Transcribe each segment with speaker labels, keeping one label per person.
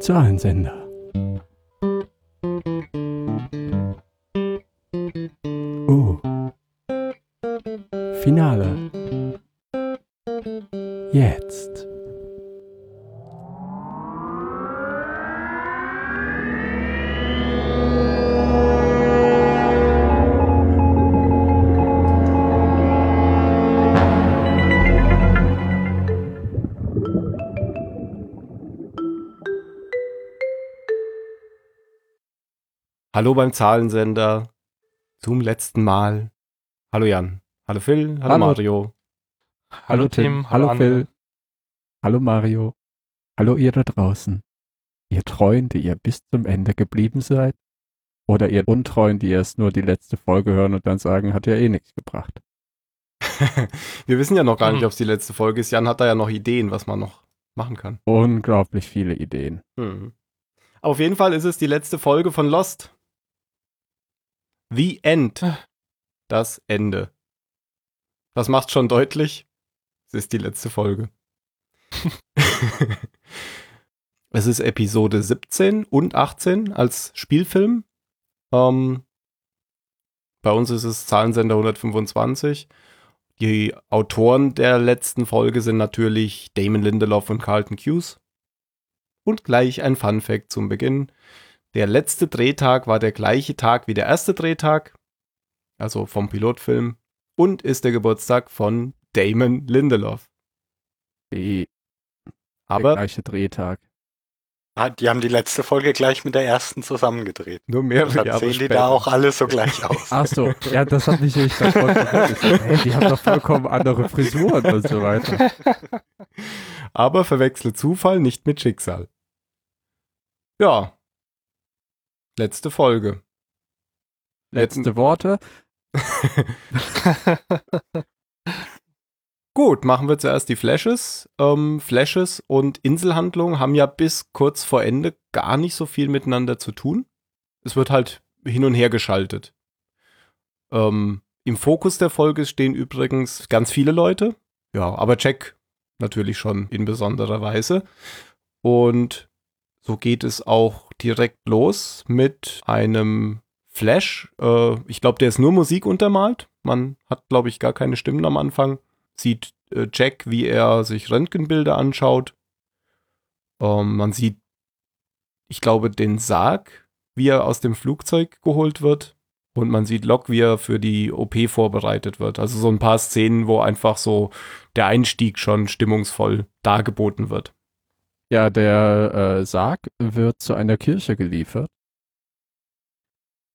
Speaker 1: Zahlensender. Oh. Finale. Jetzt.
Speaker 2: Hallo beim Zahlensender. Zum letzten Mal. Hallo Jan. Hallo Phil. Hallo,
Speaker 1: Hallo.
Speaker 2: Mario.
Speaker 1: Hallo Tim, hallo
Speaker 3: Anne.
Speaker 1: Phil, hallo Mario, hallo ihr da draußen. Ihr Treuen, die ihr bis zum Ende geblieben seid. Oder ihr Untreuen, die erst nur die letzte Folge hören und dann sagen, hat ja eh nichts gebracht.
Speaker 2: Wir wissen ja noch gar nicht,
Speaker 3: Hm.
Speaker 2: ob es die letzte Folge ist. Jan hat da ja noch Ideen, was man noch machen kann.
Speaker 1: Unglaublich viele Ideen.
Speaker 2: Hm. Aber auf jeden Fall ist es die letzte Folge von Lost. The End. Das Ende. Das macht schon deutlich. Es ist die letzte Folge. es ist Episode 17 und 18 als Spielfilm. Ähm, bei uns ist es Zahlensender 125. Die Autoren der letzten Folge sind natürlich Damon Lindelof und Carlton Hughes. Und gleich ein Fun Fact zum Beginn. Der letzte Drehtag war der gleiche Tag wie der erste Drehtag, also vom Pilotfilm, und ist der Geburtstag von Damon Lindelof.
Speaker 1: Eh, der
Speaker 2: Aber
Speaker 1: gleiche Drehtag.
Speaker 3: Ah, Die haben die letzte Folge gleich mit der ersten zusammengedreht.
Speaker 2: nur mehrere
Speaker 3: Deshalb
Speaker 2: Jahre
Speaker 3: sehen die da
Speaker 2: später.
Speaker 3: auch alle so gleich aus.
Speaker 1: Ach so, ja, das hat mich echt davon hey, Die haben doch vollkommen andere Frisuren und so weiter.
Speaker 2: Aber verwechsle Zufall nicht mit Schicksal. Ja. Letzte Folge.
Speaker 1: Letzte Worte.
Speaker 2: Gut, machen wir zuerst die Flashes. Ähm, Flashes und Inselhandlung haben ja bis kurz vor Ende gar nicht so viel miteinander zu tun. Es wird halt hin und her geschaltet. Ähm, Im Fokus der Folge stehen übrigens ganz viele Leute. Ja, aber Jack natürlich schon in besonderer Weise. Und so geht es auch direkt los mit einem Flash. Äh, ich glaube, der ist nur Musik untermalt. Man hat, glaube ich, gar keine Stimmen am Anfang sieht äh, Jack, wie er sich Röntgenbilder anschaut. Ähm, man sieht, ich glaube, den Sarg, wie er aus dem Flugzeug geholt wird. Und man sieht Locke, wie er für die OP vorbereitet wird. Also so ein paar Szenen, wo einfach so der Einstieg schon stimmungsvoll dargeboten wird.
Speaker 1: Ja, der äh, Sarg wird zu einer Kirche geliefert,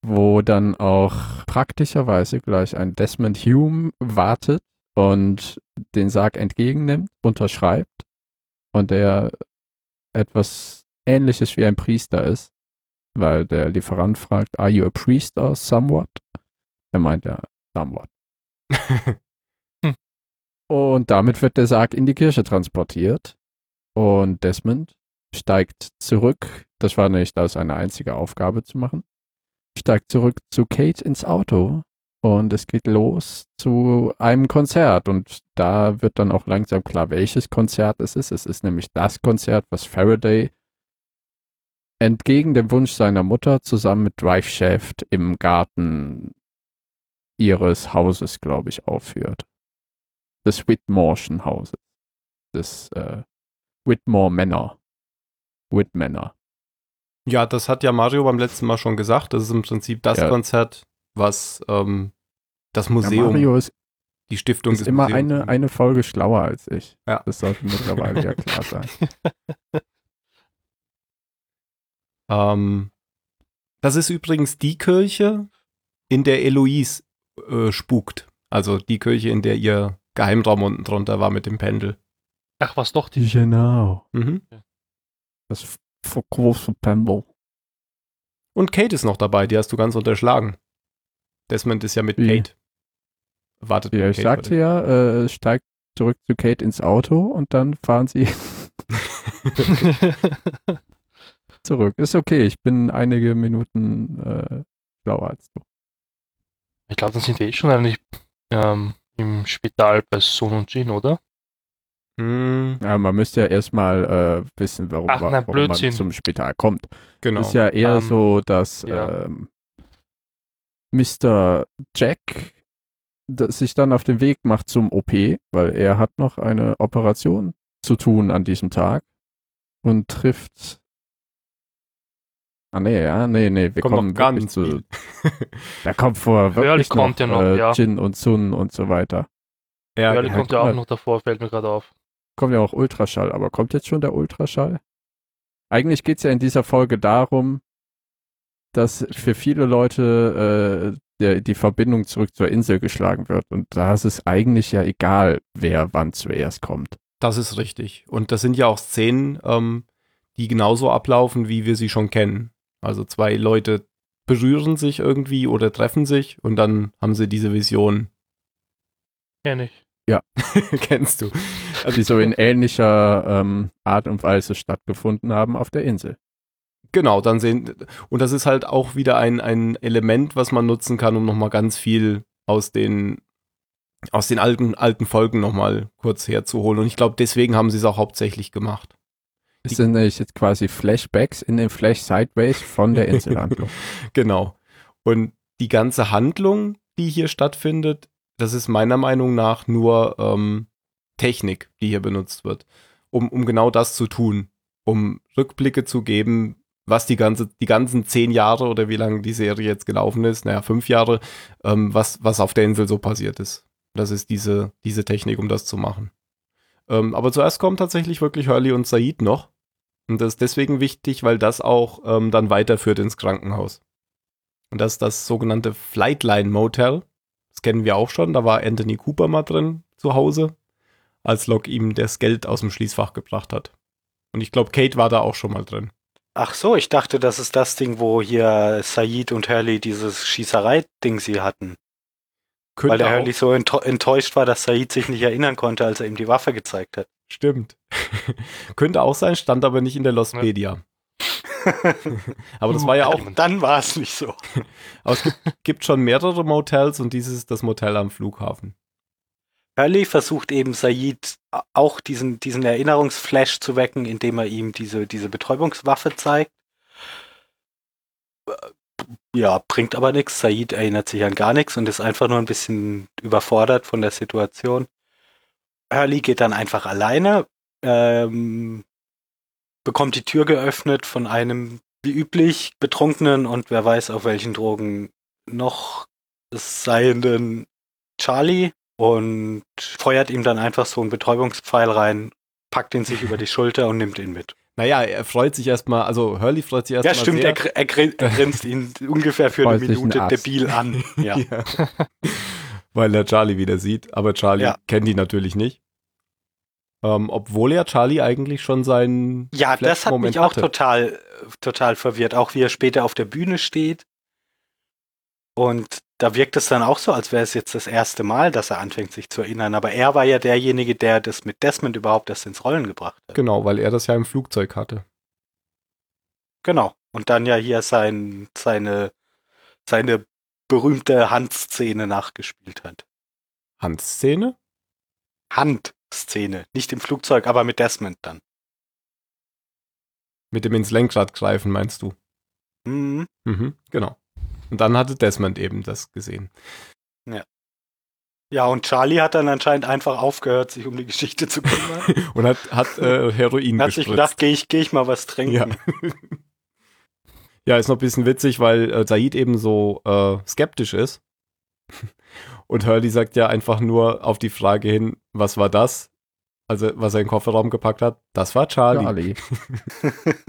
Speaker 1: wo dann auch praktischerweise gleich ein Desmond Hume wartet und den Sarg entgegennimmt, unterschreibt und der etwas ähnliches wie ein Priester ist, weil der Lieferant fragt, are you a priest or somewhat? Er meint ja, somewhat.
Speaker 3: Hm.
Speaker 1: Und damit wird der Sarg in die Kirche transportiert. Und Desmond steigt zurück, das war nicht als eine einzige Aufgabe zu machen, steigt zurück zu Kate ins Auto und es geht los zu einem Konzert. Und da wird dann auch langsam klar, welches Konzert es ist. Es ist nämlich das Konzert, was Faraday entgegen dem Wunsch seiner Mutter zusammen mit Drive Shaft im Garten ihres Hauses, glaube ich, aufführt. Des Whitmore'schen Hauses. Des äh, Whitmore Manor. Whitmanor.
Speaker 2: Ja, das hat ja Mario beim letzten Mal schon gesagt. Das ist im Prinzip das
Speaker 1: Ja.
Speaker 2: Konzert, was ähm, das Museum,
Speaker 1: Ja, Mario ist,
Speaker 2: die Stiftung
Speaker 1: ist immer
Speaker 2: Museums-
Speaker 1: eine, eine Folge schlauer als ich.
Speaker 2: Ja.
Speaker 1: Das sollte mittlerweile ja klar sein.
Speaker 2: Ähm, das ist übrigens die Kirche, in der Eloise äh, spukt. Also die Kirche, in der ihr Geheimraum unten drunter war mit dem Pendel.
Speaker 3: Ach, was doch
Speaker 1: Genau.
Speaker 2: Mhm.
Speaker 1: Das f- f- große Pendel.
Speaker 2: Und Kate ist noch dabei, die hast du ganz unterschlagen. Desmond ist ja mit
Speaker 1: Wie?
Speaker 2: Kate. Wartet
Speaker 1: Ja,
Speaker 2: mit
Speaker 1: ich
Speaker 2: Kate,
Speaker 1: sagte ja, äh, steigt zurück zu Kate ins Auto und dann fahren sie zurück. Ist okay, ich bin einige Minuten äh, schlauer als du.
Speaker 3: ich glaube, dann sind wir eh schon eigentlich ähm, im Spital bei Son und Jin, oder?
Speaker 2: Hm,
Speaker 1: Ja, man müsste ja erstmal äh, wissen, warum,
Speaker 4: Ach,
Speaker 1: wa-
Speaker 4: na,
Speaker 1: warum man
Speaker 4: Blödsinn.
Speaker 1: zum Spital kommt.
Speaker 2: genau.
Speaker 1: Ist ja eher
Speaker 4: Ähm,
Speaker 1: so, dass
Speaker 4: ja.
Speaker 1: ähm, Mr. Jack d- sich dann auf den Weg macht zum OP, weil er hat noch eine Operation zu tun an diesem Tag und trifft. Ah nee, ja, nee, nee, wir
Speaker 2: Kommt
Speaker 1: kommen
Speaker 2: noch gar
Speaker 1: wirklich
Speaker 2: nicht
Speaker 1: zu,
Speaker 2: viel.
Speaker 1: Da kommt vor wirklich
Speaker 4: Early kommt
Speaker 1: noch,
Speaker 4: ja noch,
Speaker 1: äh,
Speaker 4: ja.
Speaker 1: Jin und Sun und so weiter.
Speaker 2: ja,
Speaker 4: Early
Speaker 2: genau.
Speaker 4: kommt ja auch
Speaker 1: klar.
Speaker 4: noch davor, fällt mir gerade auf.
Speaker 1: Kommt ja auch Ultraschall, aber kommt jetzt schon der Ultraschall? Eigentlich geht es ja in dieser Folge darum, dass für viele Leute äh, der, die Verbindung zurück zur Insel geschlagen wird. Und da ist es eigentlich ja egal, wer wann zuerst kommt.
Speaker 2: Das ist richtig. Und das sind ja auch Szenen, ähm, die genauso ablaufen, wie wir sie schon kennen. Also zwei Leute berühren sich irgendwie oder treffen sich und dann haben sie diese Vision.
Speaker 4: Kenne ich.
Speaker 2: Kennst du? Also,
Speaker 1: Die so in ähnlicher ähm, Art und Weise stattgefunden haben auf der Insel.
Speaker 2: Genau, dann sehen. Und das ist halt auch wieder ein, ein Element, was man nutzen kann, um nochmal ganz viel aus den, aus den alten, alten Folgen nochmal kurz herzuholen. Und ich glaube, deswegen haben sie es auch hauptsächlich gemacht.
Speaker 1: Es sind nämlich jetzt quasi Flashbacks in den Flash Sideways von der Inselhandlung.
Speaker 2: Genau. Und die ganze Handlung, die hier stattfindet, das ist meiner Meinung nach nur ähm, Technik, die hier benutzt wird, um, um genau das zu tun, um Rückblicke zu geben, was die ganze, die ganzen zehn Jahre oder wie lange die Serie jetzt gelaufen ist, naja, fünf Jahre, ähm, was, was auf der Insel so passiert ist. Das ist diese, diese Technik, um das zu machen. Ähm, aber zuerst kommen tatsächlich wirklich Hurley und Said noch. Und das ist deswegen wichtig, weil das auch ähm, dann weiterführt ins Krankenhaus. Und das ist das sogenannte Flightline Motel. Das kennen wir auch schon. Da war Anthony Cooper mal drin zu Hause, als Locke ihm das Geld aus dem Schließfach gebracht hat. Und ich glaube, Kate war da auch schon mal drin.
Speaker 3: Ach so, ich dachte, das ist das Ding, wo hier Said und Hurley dieses Schießerei-Ding sie hatten.
Speaker 2: Könnte
Speaker 3: weil der
Speaker 2: auch-
Speaker 3: Hurley so enttäu- enttäuscht war, dass Said sich nicht erinnern konnte, als er ihm die Waffe gezeigt hat.
Speaker 2: Stimmt. Könnte auch sein, stand aber nicht in der Lostpedia. aber das war ja auch.
Speaker 3: Dann war es nicht so.
Speaker 2: Aber es gibt, gibt schon mehrere Motels und dieses ist das Motel am Flughafen.
Speaker 3: Hurley versucht eben Said a- auch diesen, diesen Erinnerungsflash zu wecken, indem er ihm diese, diese Betäubungswaffe zeigt. Äh, Ja, bringt aber nichts. Said erinnert sich an gar nichts und ist einfach nur ein bisschen überfordert von der Situation. Hurley geht dann einfach alleine, ähm, bekommt die Tür geöffnet von einem, wie üblich, betrunkenen und wer weiß auf welchen Drogen noch seienden Charlie und feuert ihm dann einfach so einen Betäubungspfeil rein, packt ihn sich über die Schulter und nimmt ihn mit.
Speaker 2: Naja, er freut sich erstmal, also Hurley freut sich erstmal.
Speaker 3: ja, stimmt,
Speaker 2: sehr.
Speaker 3: er, gr- er, grin er grinst ihn ungefähr für eine
Speaker 1: Freut sich ein
Speaker 3: Minute
Speaker 1: Arsch.
Speaker 3: debil an. Ja.
Speaker 2: Ja. Weil er Charlie wieder sieht, aber Charlie
Speaker 3: Ja.
Speaker 2: kennt ihn natürlich nicht. Ähm, obwohl ja Charlie eigentlich schon seinen.
Speaker 3: Ja, das hat
Speaker 2: Moment
Speaker 3: mich auch
Speaker 2: hatte.
Speaker 3: total, total verwirrt. Auch wie er später auf der Bühne steht. Und da wirkt es dann auch so, als wäre es jetzt das erste Mal, dass er anfängt, sich zu erinnern. Aber er war ja derjenige, der das mit Desmond überhaupt erst ins Rollen gebracht hat.
Speaker 2: Genau, weil er das ja im Flugzeug hatte.
Speaker 3: Genau. Und dann ja hier sein, seine, seine berühmte Handszene nachgespielt hat.
Speaker 2: Hans-Szene?
Speaker 3: Handszene. Nicht im Flugzeug, aber mit Desmond dann.
Speaker 2: Mit dem ins Lenkrad greifen, meinst du?
Speaker 3: Mhm.
Speaker 2: Mhm, genau. Und dann hatte Desmond eben das gesehen.
Speaker 3: Ja, und Charlie hat dann anscheinend einfach aufgehört, sich um die Geschichte zu kümmern.
Speaker 2: Und hat, hat äh, Heroin
Speaker 3: hat sich
Speaker 2: gespritzt.
Speaker 3: gedacht, gehe ich, geh ich mal was trinken.
Speaker 2: Ja. ja, ist noch ein bisschen witzig, weil äh, Said eben so äh, skeptisch ist. Und Hurley sagt ja einfach nur auf die Frage hin, was war das? Also, was er in den Kofferraum gepackt hat, das war Charlie.
Speaker 1: Charlie.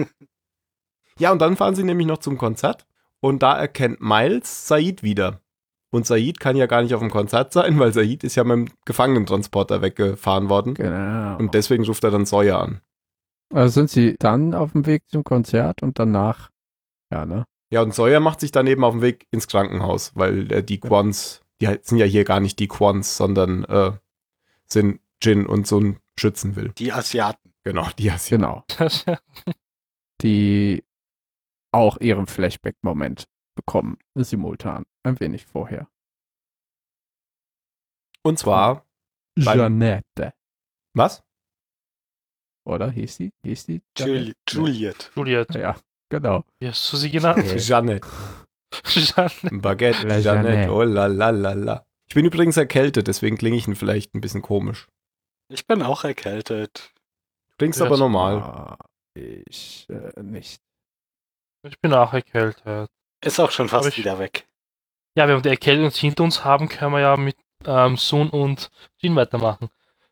Speaker 2: Ja, und dann fahren sie nämlich noch zum Konzert und da erkennt Miles Said wieder. Und Said kann ja gar nicht auf dem Konzert sein, weil Said ist ja mit dem Gefangenentransporter weggefahren worden.
Speaker 1: Genau.
Speaker 2: Und deswegen ruft er dann Sawyer an.
Speaker 1: Also sind sie dann auf dem Weg zum Konzert und danach, ja, ne?
Speaker 2: Ja, und Sawyer macht sich dann eben auf den Weg ins Krankenhaus, weil äh, die Quans, die halt- sind ja hier gar nicht die Quans, sondern äh, sind Jin und so ein schützen will.
Speaker 3: Die Asiaten.
Speaker 2: Genau, die hast du.
Speaker 1: Genau.
Speaker 4: Das,
Speaker 1: Die auch ihren Flashback-Moment bekommen, simultan, ein wenig vorher.
Speaker 2: Und zwar, Beim-
Speaker 1: Jeanette.
Speaker 2: was?
Speaker 1: oder? Hieß die? Hieß die?
Speaker 3: Juli Juliet.
Speaker 4: Juliet.
Speaker 1: Ja, genau.
Speaker 4: Wie hast du sie genannt?
Speaker 1: Hey.
Speaker 2: Jeanette.
Speaker 4: Jeanne.
Speaker 2: Baguette,
Speaker 1: La
Speaker 2: Jeanette.
Speaker 1: Jeanette.
Speaker 2: Oh la la la la. Ich bin übrigens erkältet, deswegen klinge ich ihn vielleicht ein bisschen komisch.
Speaker 3: Ich bin auch erkältet.
Speaker 2: Du klingst
Speaker 4: Ja,
Speaker 2: aber
Speaker 4: das-
Speaker 2: normal.
Speaker 1: Ah, Ich äh, nicht.
Speaker 4: Ich bin auch erkältet.
Speaker 3: Ist auch schon
Speaker 4: Aber
Speaker 3: fast
Speaker 4: ich-
Speaker 3: wieder weg.
Speaker 4: Ja, wenn wir die Erkältung jetzt hinter uns haben, können wir ja mit ähm, Sun und Jin weitermachen.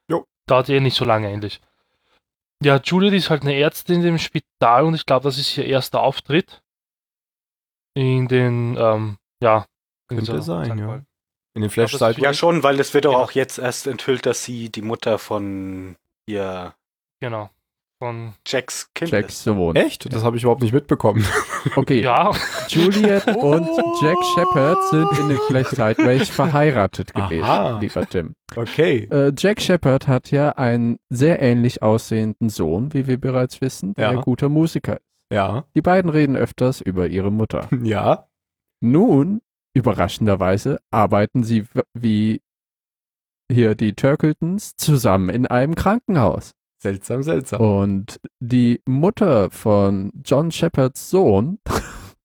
Speaker 2: Jo.
Speaker 4: Dauert eh nicht so lange eigentlich. Ja, Juliet ist halt eine Ärztin in dem Spital und ich glaube, das ist ihr erster Auftritt. In den, ähm, ja. in
Speaker 2: Könnte
Speaker 4: dieser
Speaker 2: sein, ja.
Speaker 4: Zeitwahl.
Speaker 2: In den Flash
Speaker 4: Ja, das-
Speaker 2: Sideways.
Speaker 3: Ja, schon, weil es wird doch
Speaker 4: Ja.
Speaker 3: auch jetzt erst enthüllt, dass sie die Mutter von ihr
Speaker 4: Genau. Von,
Speaker 3: Jacks Kind
Speaker 1: Jack
Speaker 3: ist.
Speaker 1: Sohn.
Speaker 2: Echt? Das habe ich überhaupt nicht mitbekommen.
Speaker 1: Okay.
Speaker 4: ja,
Speaker 1: Juliet und Jack
Speaker 2: Oh.
Speaker 1: Shepard sind in den Flash Sideways verheiratet
Speaker 2: Aha.
Speaker 1: gewesen, lieber Tim.
Speaker 2: Okay.
Speaker 1: Äh, Jack Shepard hat ja einen sehr ähnlich aussehenden Sohn, wie wir bereits wissen, der
Speaker 2: Ja.
Speaker 1: ein guter Musiker ist.
Speaker 2: Ja.
Speaker 1: Die beiden reden öfters über ihre Mutter.
Speaker 2: Ja.
Speaker 1: Nun, überraschenderweise, arbeiten sie w- wie hier die Turkletons zusammen in einem Krankenhaus.
Speaker 2: Seltsam, seltsam.
Speaker 1: Und die Mutter von John Shepards Sohn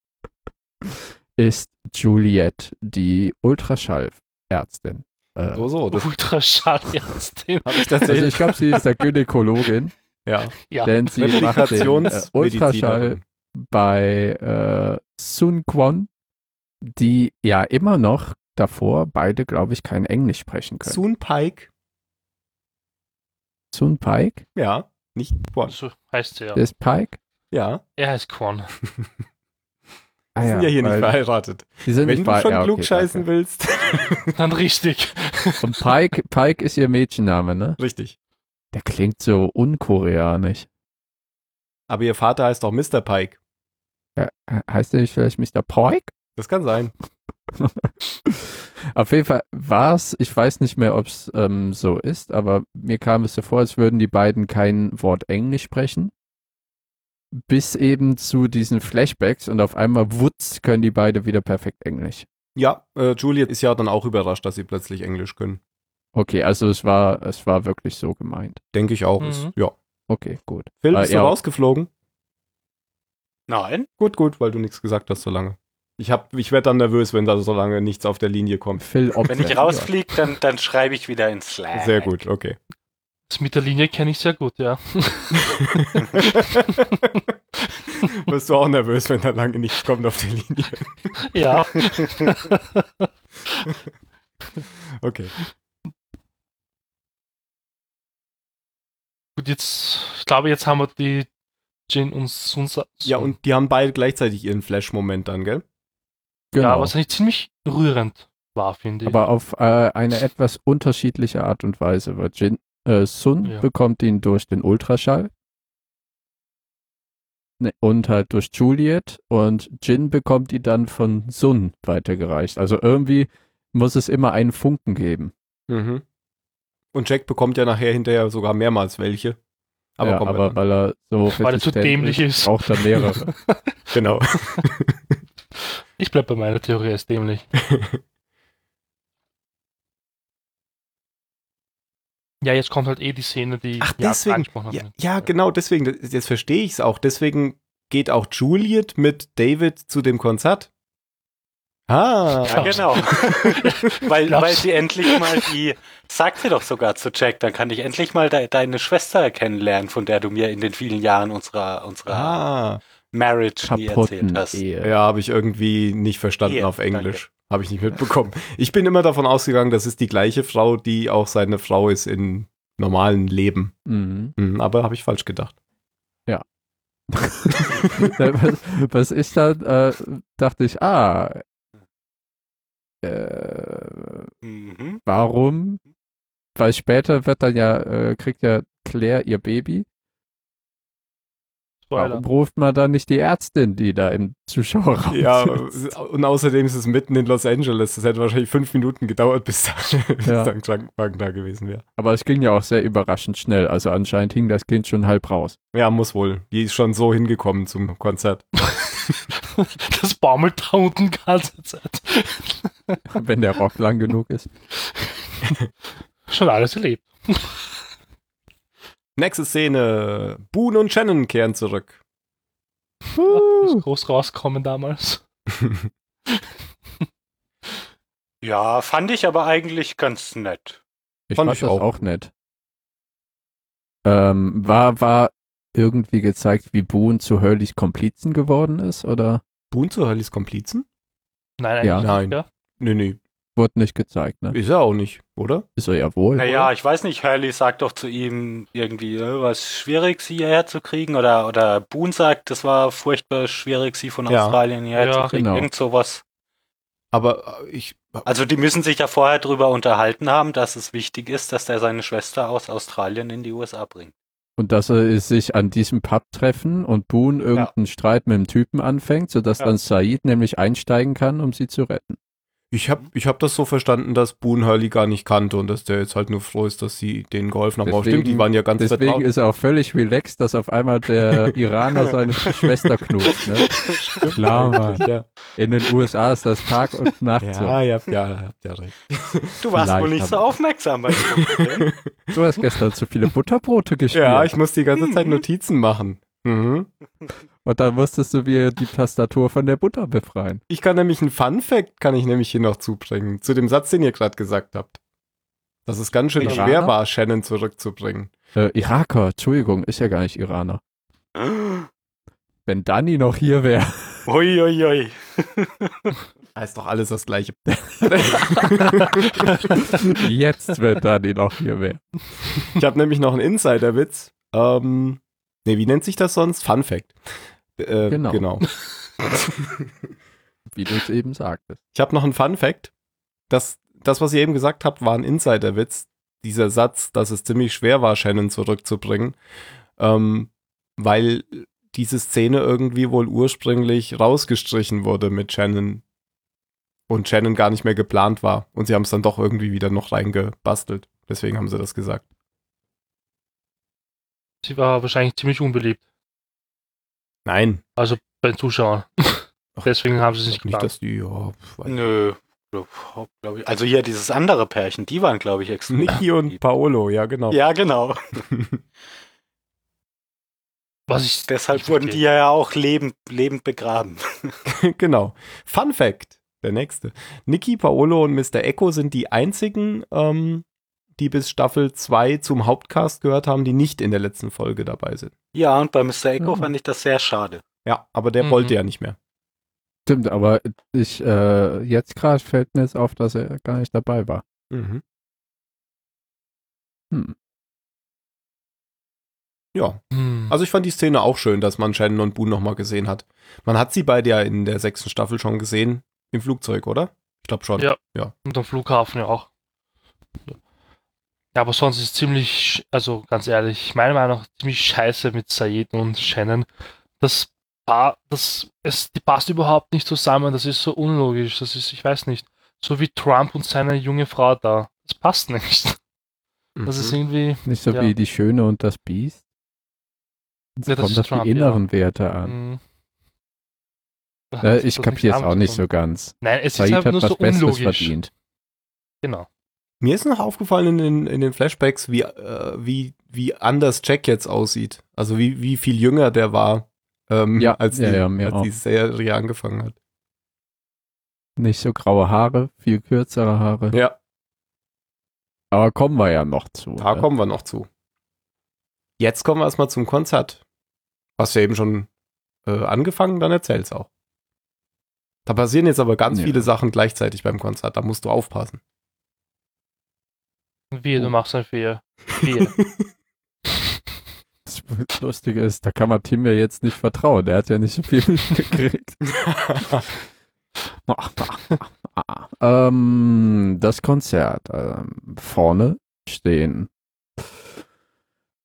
Speaker 1: ist Juliet, die Ultraschallärztin. Äh,
Speaker 2: So, so. Das
Speaker 4: Ultraschallärztin.
Speaker 2: habe ich
Speaker 1: also
Speaker 2: tatsächlich.
Speaker 1: ich glaube, sie ist der Gynäkologin,
Speaker 2: ja.
Speaker 4: Ja.
Speaker 1: denn sie macht den äh, Ultraschall
Speaker 2: Replikationsmedizinerin.
Speaker 1: bei äh, Sun Quan, die ja immer noch davor beide, glaube ich, kein Englisch sprechen können.
Speaker 2: Soon Pike.
Speaker 1: Sun Pike?
Speaker 2: Ja. Nicht Quan.
Speaker 4: So heißt sie ja.
Speaker 1: Der ist Pike?
Speaker 2: Ja.
Speaker 4: Er heißt Quan.
Speaker 1: Ah,
Speaker 2: Wir sind ja hier nicht
Speaker 1: weil
Speaker 2: verheiratet.
Speaker 1: Die sind
Speaker 2: Wenn
Speaker 1: nicht
Speaker 2: du
Speaker 1: verhe-
Speaker 2: schon
Speaker 1: ja, okay,
Speaker 2: klug scheißen
Speaker 1: danke.
Speaker 2: willst.
Speaker 4: Dann richtig.
Speaker 1: Und Pike, Pike ist ihr Mädchenname, ne?
Speaker 2: Richtig.
Speaker 1: Der klingt so unkoreanisch.
Speaker 2: Aber ihr Vater heißt auch Mr. Pike.
Speaker 1: Ja, Äh, he- heißt der nicht vielleicht Mr. Pike?
Speaker 2: Das kann sein.
Speaker 1: Auf jeden Fall war es, ich weiß nicht mehr, ob es ähm, so ist, aber mir kam es so vor, als würden die beiden kein Wort Englisch sprechen. Bis eben zu diesen Flashbacks und auf einmal wutz können die beide wieder perfekt Englisch.
Speaker 2: Ja, äh, Juliet ist ja dann auch überrascht, dass sie plötzlich Englisch können.
Speaker 1: Okay, also es war, es war wirklich so gemeint.
Speaker 2: Denke ich auch.
Speaker 4: Mhm.
Speaker 2: Ist, ja.
Speaker 1: Okay, gut.
Speaker 2: Phil,
Speaker 1: Ah,
Speaker 2: bist
Speaker 1: ja.
Speaker 2: du rausgeflogen?
Speaker 3: Nein?
Speaker 2: Gut, gut, weil du nichts gesagt hast so lange. Ich, hab- ich werde dann nervös, wenn da so lange nichts auf der Linie kommt.
Speaker 1: Phil
Speaker 3: Wenn ich
Speaker 1: Opfer.
Speaker 3: rausfliege, dann, dann schreibe ich wieder ins Slack.
Speaker 2: Sehr gut, okay.
Speaker 4: Das mit der Linie kenne ich sehr gut, ja.
Speaker 2: Wirst du auch nervös, wenn da lange nichts kommt auf der Linie?
Speaker 4: Ja.
Speaker 2: Okay.
Speaker 4: Gut, jetzt, ich glaube, jetzt haben wir die Jin und Sun. Sun-
Speaker 2: Ja, und die haben beide gleichzeitig ihren Flash-Moment dann, gell?
Speaker 4: Ja,
Speaker 1: Genau.
Speaker 4: was eigentlich ziemlich rührend war, finde ich.
Speaker 1: aber auf äh, eine etwas unterschiedliche Art und Weise, weil Jin, äh, Sun
Speaker 4: Ja.
Speaker 1: bekommt ihn durch den Ultraschall ne, und halt durch Juliet und Jin bekommt ihn dann von Sun weitergereicht. Also irgendwie muss es immer einen Funken geben.
Speaker 2: Mhm. Und Jack bekommt ja nachher hinterher sogar mehrmals welche. Aber
Speaker 1: ja,
Speaker 2: kommen wir
Speaker 1: aber
Speaker 2: dann.
Speaker 1: weil er so
Speaker 4: Weil er zu
Speaker 1: resistent
Speaker 4: dämlich ist.
Speaker 1: braucht er mehrere.
Speaker 2: genau.
Speaker 4: ich bleibe bei meiner Theorie, er ist dämlich. ja, jetzt kommt halt eh die Szene, die
Speaker 2: Ach,
Speaker 4: Jakob
Speaker 2: deswegen.
Speaker 4: angesprochen hat. ne?
Speaker 2: Ja, ja, genau, deswegen, das- jetzt verstehe ich es auch. Deswegen geht auch Juliet mit David zu dem Konzert. Ah,
Speaker 3: Ja, genau. weil,
Speaker 4: Glaubst-
Speaker 3: weil sie endlich mal die, sagt sie doch sogar zu Jack, dann kann ich endlich mal de, deine Schwester kennenlernen, von der du mir in den vielen Jahren unserer, unserer
Speaker 2: ah.
Speaker 3: Marriage nie
Speaker 1: Kaputten
Speaker 3: erzählt hast.
Speaker 1: Ehe.
Speaker 2: Ja, habe ich irgendwie nicht verstanden
Speaker 3: Hier,
Speaker 2: auf Englisch. Habe ich nicht mitbekommen. Ich bin immer davon ausgegangen, das ist die gleiche Frau, die auch seine Frau ist in normalen Leben.
Speaker 1: Mhm.
Speaker 2: Hm, aber habe ich falsch gedacht.
Speaker 1: Äh, was, was ich dann äh, dachte ich, ah, äh,
Speaker 3: Mhm.
Speaker 1: warum? Weil später wird dann ja, äh, kriegt ja Claire ihr Baby.
Speaker 4: Spoiler.
Speaker 1: Warum ruft man dann nicht die Ärztin, die da im Zuschauerraum
Speaker 2: Ja,
Speaker 1: sitzt?
Speaker 2: und außerdem ist es mitten in Los Angeles. Das hätte wahrscheinlich fünf Minuten gedauert, bis da, bis
Speaker 1: Ja.
Speaker 2: da ein Krankenwagen da gewesen wäre.
Speaker 1: Aber es ging ja auch sehr überraschend schnell. Also anscheinend hing das Kind schon halb raus.
Speaker 2: Ja, muss wohl. Die ist schon so hingekommen zum Konzert.
Speaker 4: Das baumelt da unten die ganze Zeit.
Speaker 1: Wenn der Rock lang genug ist.
Speaker 4: Schon alles erlebt.
Speaker 2: Nächste Szene. Boone und Shannon kehren zurück.
Speaker 4: ist groß rauskommen damals.
Speaker 3: Ja, fand ich aber eigentlich ganz nett.
Speaker 1: Ich
Speaker 2: Fand
Speaker 1: fand,
Speaker 2: ich
Speaker 1: das
Speaker 2: auch.
Speaker 1: auch, nett. Ähm, war, war irgendwie gezeigt, wie Boone zu Hurleys Komplizen geworden ist oder
Speaker 2: Boone zu Hurleys Komplizen?
Speaker 4: Nein, eigentlich
Speaker 1: Ja.
Speaker 2: Nein.
Speaker 4: nicht, ja.
Speaker 2: Nee, nee.
Speaker 1: wurde nicht gezeigt, ne?
Speaker 2: Ist er auch nicht, oder?
Speaker 1: Ist er ja
Speaker 2: Mhm.
Speaker 1: wohl.
Speaker 3: Naja, ich weiß nicht, Hurley sagt doch zu ihm irgendwie, äh, was schwierig, sie hierher zu kriegen. Oder, oder Boone sagt, das war furchtbar schwierig, sie von
Speaker 2: Ja.
Speaker 3: Australien hierher
Speaker 4: Ja,
Speaker 3: zu kriegen.
Speaker 1: genau.
Speaker 3: Irgend sowas.
Speaker 2: Aber äh, ich.
Speaker 3: Also die müssen sich ja vorher drüber unterhalten haben, dass es wichtig ist, dass der seine Schwester aus Australien in die USA bringt.
Speaker 1: Und dass er sich an diesem Pub treffen und Boone irgendeinen Streit mit dem Typen anfängt, sodass
Speaker 3: Ja.
Speaker 1: dann Said nämlich einsteigen kann, um sie zu retten.
Speaker 2: Ich habe ich hab das so verstanden, dass Boone Hurley gar nicht kannte und dass der jetzt halt nur froh ist, dass sie denen geholfen haben. Aber
Speaker 1: Deswegen-
Speaker 2: stimmt, die waren ja ganz
Speaker 1: Deswegen
Speaker 2: vertraut.
Speaker 1: ist er auch völlig relaxed, dass auf einmal der Iraner seine Schwester knurrt. Ne? Klar, Mann.
Speaker 2: ja.
Speaker 1: In den USA ist das Tag und Nacht
Speaker 2: Ja, ja, ja, habt ja recht.
Speaker 3: Du warst
Speaker 1: Vielleicht,
Speaker 3: wohl nicht so
Speaker 1: aber-
Speaker 3: aufmerksam beim Gucken.
Speaker 1: so. Du hast gestern zu viele Butterbrote gespielt.
Speaker 2: Ja, ich muss die ganze Zeit Notizen machen. Mhm.
Speaker 1: und dann musstest du wieder die Tastatur von der Butter befreien.
Speaker 2: Ich kann nämlich einen Fun Fact kann ich nämlich hier noch zubringen zu dem Satz, den ihr gerade gesagt habt. Dass es ganz schön
Speaker 1: Iraner?
Speaker 2: schwer war, Shannon zurückzubringen.
Speaker 1: Äh, Iraker, Entschuldigung, ist ja gar nicht Iraner. Wenn Dani noch hier wäre.
Speaker 3: Uiuiui. Ui, ui.
Speaker 2: Da Ah, ist doch alles das gleiche.
Speaker 1: Jetzt, wenn Dani noch hier wäre.
Speaker 2: Ich habe nämlich noch einen Insider-Witz. Ähm, ne, wie nennt sich das sonst? Fun Fact. Äh,
Speaker 1: Genau.
Speaker 2: genau.
Speaker 1: Wie du es eben sagtest.
Speaker 2: Ich habe noch einen Fun Fact. Das, das, was ihr eben gesagt habt, war ein Insider-Witz. Dieser Satz, dass es ziemlich schwer war, Shannon zurückzubringen, ähm, weil diese Szene irgendwie wohl ursprünglich rausgestrichen wurde mit Shannon und Shannon gar nicht mehr geplant war. Und sie haben es dann doch irgendwie wieder noch reingebastelt. Deswegen haben sie das gesagt.
Speaker 4: Sie war wahrscheinlich ziemlich unbeliebt
Speaker 2: Nein,
Speaker 4: bei den Zuschauern. Deswegen haben sie es nicht
Speaker 2: nicht, nicht
Speaker 4: geplant.
Speaker 2: dass die. Ja, pf, weiß
Speaker 3: Nö. Glaub- glaub ich- Also hier dieses andere Pärchen, die waren, glaube ich,
Speaker 2: nicht.
Speaker 3: extrem.
Speaker 2: Niki und Paolo, ja, genau.
Speaker 3: Ja, genau.
Speaker 4: Was ich
Speaker 3: Deshalb
Speaker 4: ich
Speaker 3: wurden die
Speaker 4: verstehe.
Speaker 3: ja auch lebend, lebend begraben.
Speaker 2: genau. Fun Fact, der nächste. Niki, Paolo und Mr. Echo sind die einzigen, ähm, die bis Staffel 2 zum Hauptcast gehört haben, die nicht in der letzten Folge dabei sind.
Speaker 3: Ja, und bei Mr.
Speaker 1: Ja.
Speaker 3: Echo fand ich das sehr schade.
Speaker 2: Ja, aber der
Speaker 4: Mhm.
Speaker 2: wollte ja nicht mehr.
Speaker 1: Stimmt, aber ich, äh, jetzt gerade fällt mir jetzt auf, dass er gar nicht dabei war. Hm.
Speaker 2: Ja,
Speaker 4: Hm.
Speaker 2: also ich fand die Szene auch schön, dass man Shannon und Boone nochmal gesehen hat. Man hat sie beide ja in der sechsten Staffel schon gesehen, im Flugzeug, oder? Ich glaube schon.
Speaker 4: Ja. Und am Flughafen ja auch. Ja, aber sonst ist ziemlich, sch- also ganz ehrlich, meiner Meinung nach ziemlich scheiße mit Said und Shannon. Das Paar, das, es, die passt überhaupt nicht zusammen, das ist so unlogisch, das ist, ich weiß nicht, so wie Trump und seine junge Frau da. Das passt nicht. Das ist
Speaker 2: Mhm.
Speaker 4: irgendwie,
Speaker 1: Nicht so
Speaker 4: Ja.
Speaker 1: wie die Schöne und das Biest. Jetzt
Speaker 4: Ja, das
Speaker 1: kommt
Speaker 4: ist
Speaker 1: auf
Speaker 4: Trump,
Speaker 1: die inneren Werte an.
Speaker 4: mh.
Speaker 1: Äh,
Speaker 4: hm. Das
Speaker 1: ich
Speaker 4: hat
Speaker 1: kapiere es
Speaker 4: damit
Speaker 1: auch
Speaker 4: zu
Speaker 1: nicht
Speaker 4: tun.
Speaker 1: so ganz.
Speaker 4: Nein, es ist
Speaker 1: Said
Speaker 4: einfach
Speaker 1: hat
Speaker 4: nur
Speaker 1: was
Speaker 4: so
Speaker 1: Besseres
Speaker 4: unlogisch.
Speaker 1: verdient.
Speaker 4: Genau.
Speaker 2: Mir ist noch aufgefallen in den, in den Flashbacks, wie, äh, wie, wie anders Jack jetzt aussieht. Also wie, wie viel jünger der war, ähm,
Speaker 1: Ja,
Speaker 2: als, die,
Speaker 1: ja, ja, mir
Speaker 2: als die
Speaker 1: auch.
Speaker 2: Serie angefangen hat.
Speaker 1: Nicht so graue Haare, viel kürzere Haare.
Speaker 2: Ja,
Speaker 1: Aber kommen wir ja noch zu.
Speaker 2: da
Speaker 1: ne?
Speaker 2: kommen wir noch zu. Jetzt kommen wir erstmal zum Konzert. Hast du ja eben schon äh, angefangen, dann erzähl's auch. Da passieren jetzt aber ganz
Speaker 1: Ja.
Speaker 2: viele Sachen gleichzeitig beim Konzert, da musst du aufpassen.
Speaker 4: Wie,
Speaker 1: Oh.
Speaker 4: du machst halt ein Fehler. Fehler.
Speaker 1: Das Lustige ist, da kann man Tim ja jetzt nicht vertrauen. Der hat ja nicht so viel gekriegt. ähm, das Konzert. Ähm, vorne stehen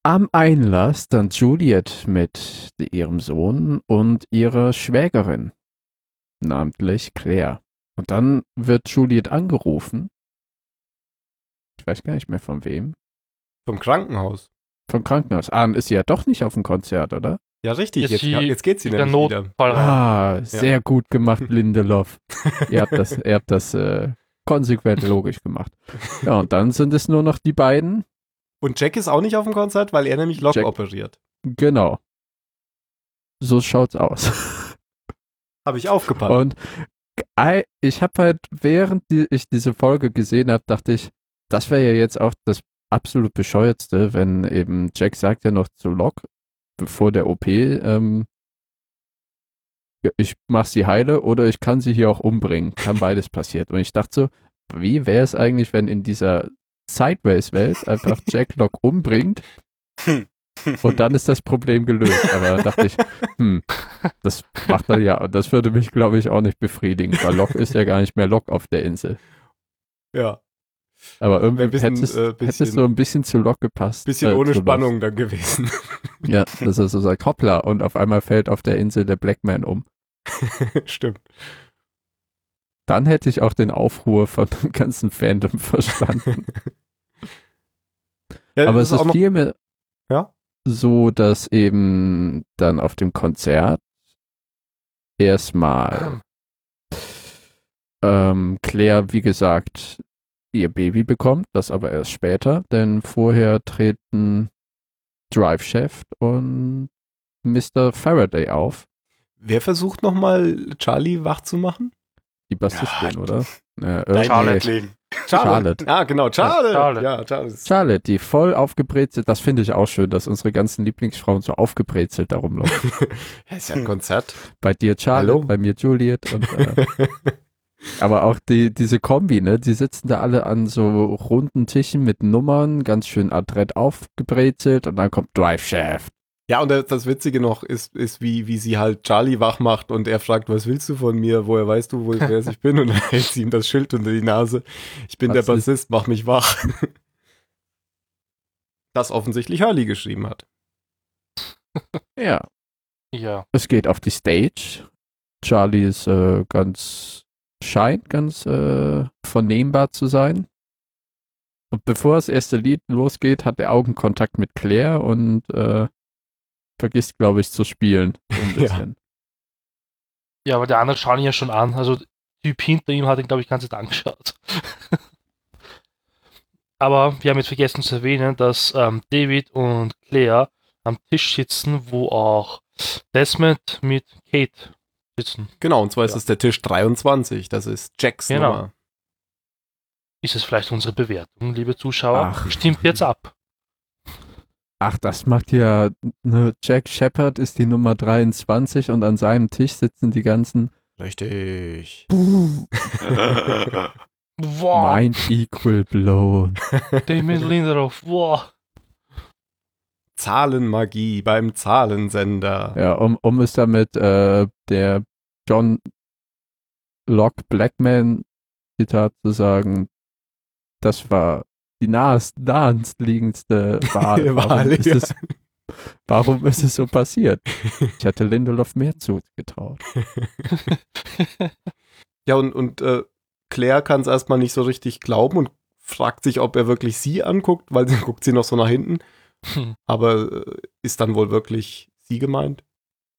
Speaker 1: am Einlass dann Juliet mit ihrem Sohn und ihrer Schwägerin, namentlich Claire. Und dann wird Juliet angerufen. Ich weiß gar nicht mehr von wem.
Speaker 2: Vom Krankenhaus.
Speaker 1: Vom Krankenhaus. Ah, ist sie ja doch nicht auf dem Konzert, oder?
Speaker 2: Ja, richtig,
Speaker 4: Jetzt
Speaker 2: jetzt,
Speaker 4: die-
Speaker 2: jetzt geht's ihnen
Speaker 4: Der
Speaker 2: nämlich wieder.
Speaker 4: Notfall.
Speaker 1: Ah, sehr gut gemacht, Lindelof. ihr habt das, ihr habt das äh, konsequent logisch gemacht. Ja, und dann sind es nur noch die beiden
Speaker 2: Und Jack ist auch nicht auf dem Konzert, weil er nämlich Lock
Speaker 1: Jack-
Speaker 2: operiert.
Speaker 1: Genau. So schaut's aus.
Speaker 2: Habe ich aufgepasst.
Speaker 1: Und ei- ich habe halt, während die, ich diese Folge gesehen habe, dachte ich, das wäre ja jetzt auch das absolut bescheuertste, wenn eben Jack sagt ja noch zu Locke, bevor der OP, ähm, ja, ich mach sie heile oder ich kann sie hier auch umbringen. Kann beides passiert. Und ich dachte so, wie wäre es eigentlich, wenn in dieser Sideways-Welt einfach Jack Locke umbringt und dann ist das Problem gelöst. Aber da dachte ich, hm, das macht er ja. Und das würde mich, glaube ich, auch nicht befriedigen, weil Lok ist ja gar nicht mehr Lok auf der Insel. Oh.
Speaker 2: ja,
Speaker 1: Aber irgendwie
Speaker 2: Wär ein bisschen,
Speaker 1: hättest,
Speaker 2: äh, bisschen-
Speaker 1: hättest so ein bisschen zu Lok gepasst.
Speaker 2: bisschen
Speaker 1: äh,
Speaker 2: ohne
Speaker 1: zu Lok.
Speaker 2: Spannung dann gewesen.
Speaker 1: Ja, dass er so sagt, hoppla, und auf einmal fällt auf der Insel der Black Man um.
Speaker 2: Stimmt.
Speaker 1: Dann hätte ich auch den Aufruhr von dem ganzen Fandom verstanden.
Speaker 2: Ja,
Speaker 1: Aber
Speaker 2: das
Speaker 1: es ist
Speaker 2: noch-
Speaker 1: vielmehr
Speaker 2: Ja?
Speaker 1: so, dass eben dann auf dem Konzert erstmal ähm, Claire, wie gesagt, ihr Baby bekommt, das aber erst später, denn vorher treten Drive Chef und Mr. Faraday auf,
Speaker 2: Wer versucht nochmal Charlie wach zu machen?
Speaker 1: die Bassistin,
Speaker 3: Ja.
Speaker 1: oder? Ja,
Speaker 3: Nein,
Speaker 1: irgendwie-
Speaker 3: Charlotte Lee.
Speaker 1: Charlotte.
Speaker 2: Ah, genau, Charlotte.
Speaker 4: Charlotte.
Speaker 2: Ja, Charlotte.
Speaker 1: Charlotte, die voll aufgebrezelt, das finde ich auch schön, dass unsere ganzen Lieblingsfrauen so aufgebrezelt da rumlaufen.
Speaker 2: Ja, ist ja ein Konzert.
Speaker 1: bei dir Charlotte,
Speaker 2: Hallo?
Speaker 1: bei mir Juliet und äh, Aber auch die, diese Kombi, ne? Die sitzen da alle an so runden Tischen mit Nummern, ganz schön adrett aufgebrezelt und dann kommt Drive Shaft.
Speaker 2: Ja, und das- das Witzige noch ist, ist wie, wie sie halt Charlie wach macht und er fragt, was willst du von mir? Woher weißt du, wo, wer ich bin? Und dann hält sie ihm das Schild unter die Nase. Ich bin
Speaker 1: Was
Speaker 2: der
Speaker 1: ist-
Speaker 2: Bassist, mach mich wach. Das offensichtlich Hurley geschrieben hat.
Speaker 1: Ja.
Speaker 4: Ja.
Speaker 1: Es geht auf die Stage. Charlie ist äh, ganz, scheint ganz äh, vernehmbar zu sein. Und bevor das erste Lied losgeht, hat er Augenkontakt mit Claire und äh, vergisst, glaube ich, zu spielen. So ein
Speaker 2: Ja.
Speaker 1: bisschen.
Speaker 4: Ja, aber die anderen schauen ihn ja schon an. Also, der Typ hinter ihm hat ihn, glaube ich, die ganze Zeit angeschaut. aber wir haben jetzt vergessen zu erwähnen, dass ähm, David und Claire am Tisch sitzen, wo auch Desmond mit Kate sitzen.
Speaker 2: Genau, und zwar ist
Speaker 4: Ja.
Speaker 2: es der Tisch 23. Das ist Jacks
Speaker 4: Genau.
Speaker 2: Nummer.
Speaker 4: Ist es vielleicht unsere Bewertung, liebe Zuschauer?
Speaker 1: Ach.
Speaker 4: Stimmt jetzt ab.
Speaker 1: Ach, das macht ja, ne, Jack Shepard ist die Nummer 23 und an seinem Tisch sitzen die ganzen
Speaker 2: Richtig.
Speaker 4: Wow,
Speaker 1: Mind equal blown.
Speaker 4: Damien Lindelof, wow.
Speaker 2: Zahlenmagie beim Zahlensender.
Speaker 1: Ja, um, um es damit äh, der John Locke Blackman Zitat zu sagen, das war die nahest, naheliegendste Wahl. Warum,
Speaker 2: Wahl,
Speaker 1: ist
Speaker 2: ja.
Speaker 1: es, warum ist es so passiert? Ich hatte Lindelof mehr zugetraut.
Speaker 2: Ja, und, und äh, Claire kann es erstmal nicht so richtig glauben und fragt sich, ob er wirklich sie anguckt, weil sie guckt sie noch so nach hinten.
Speaker 4: Hm.
Speaker 2: Aber äh, ist dann wohl wirklich sie gemeint?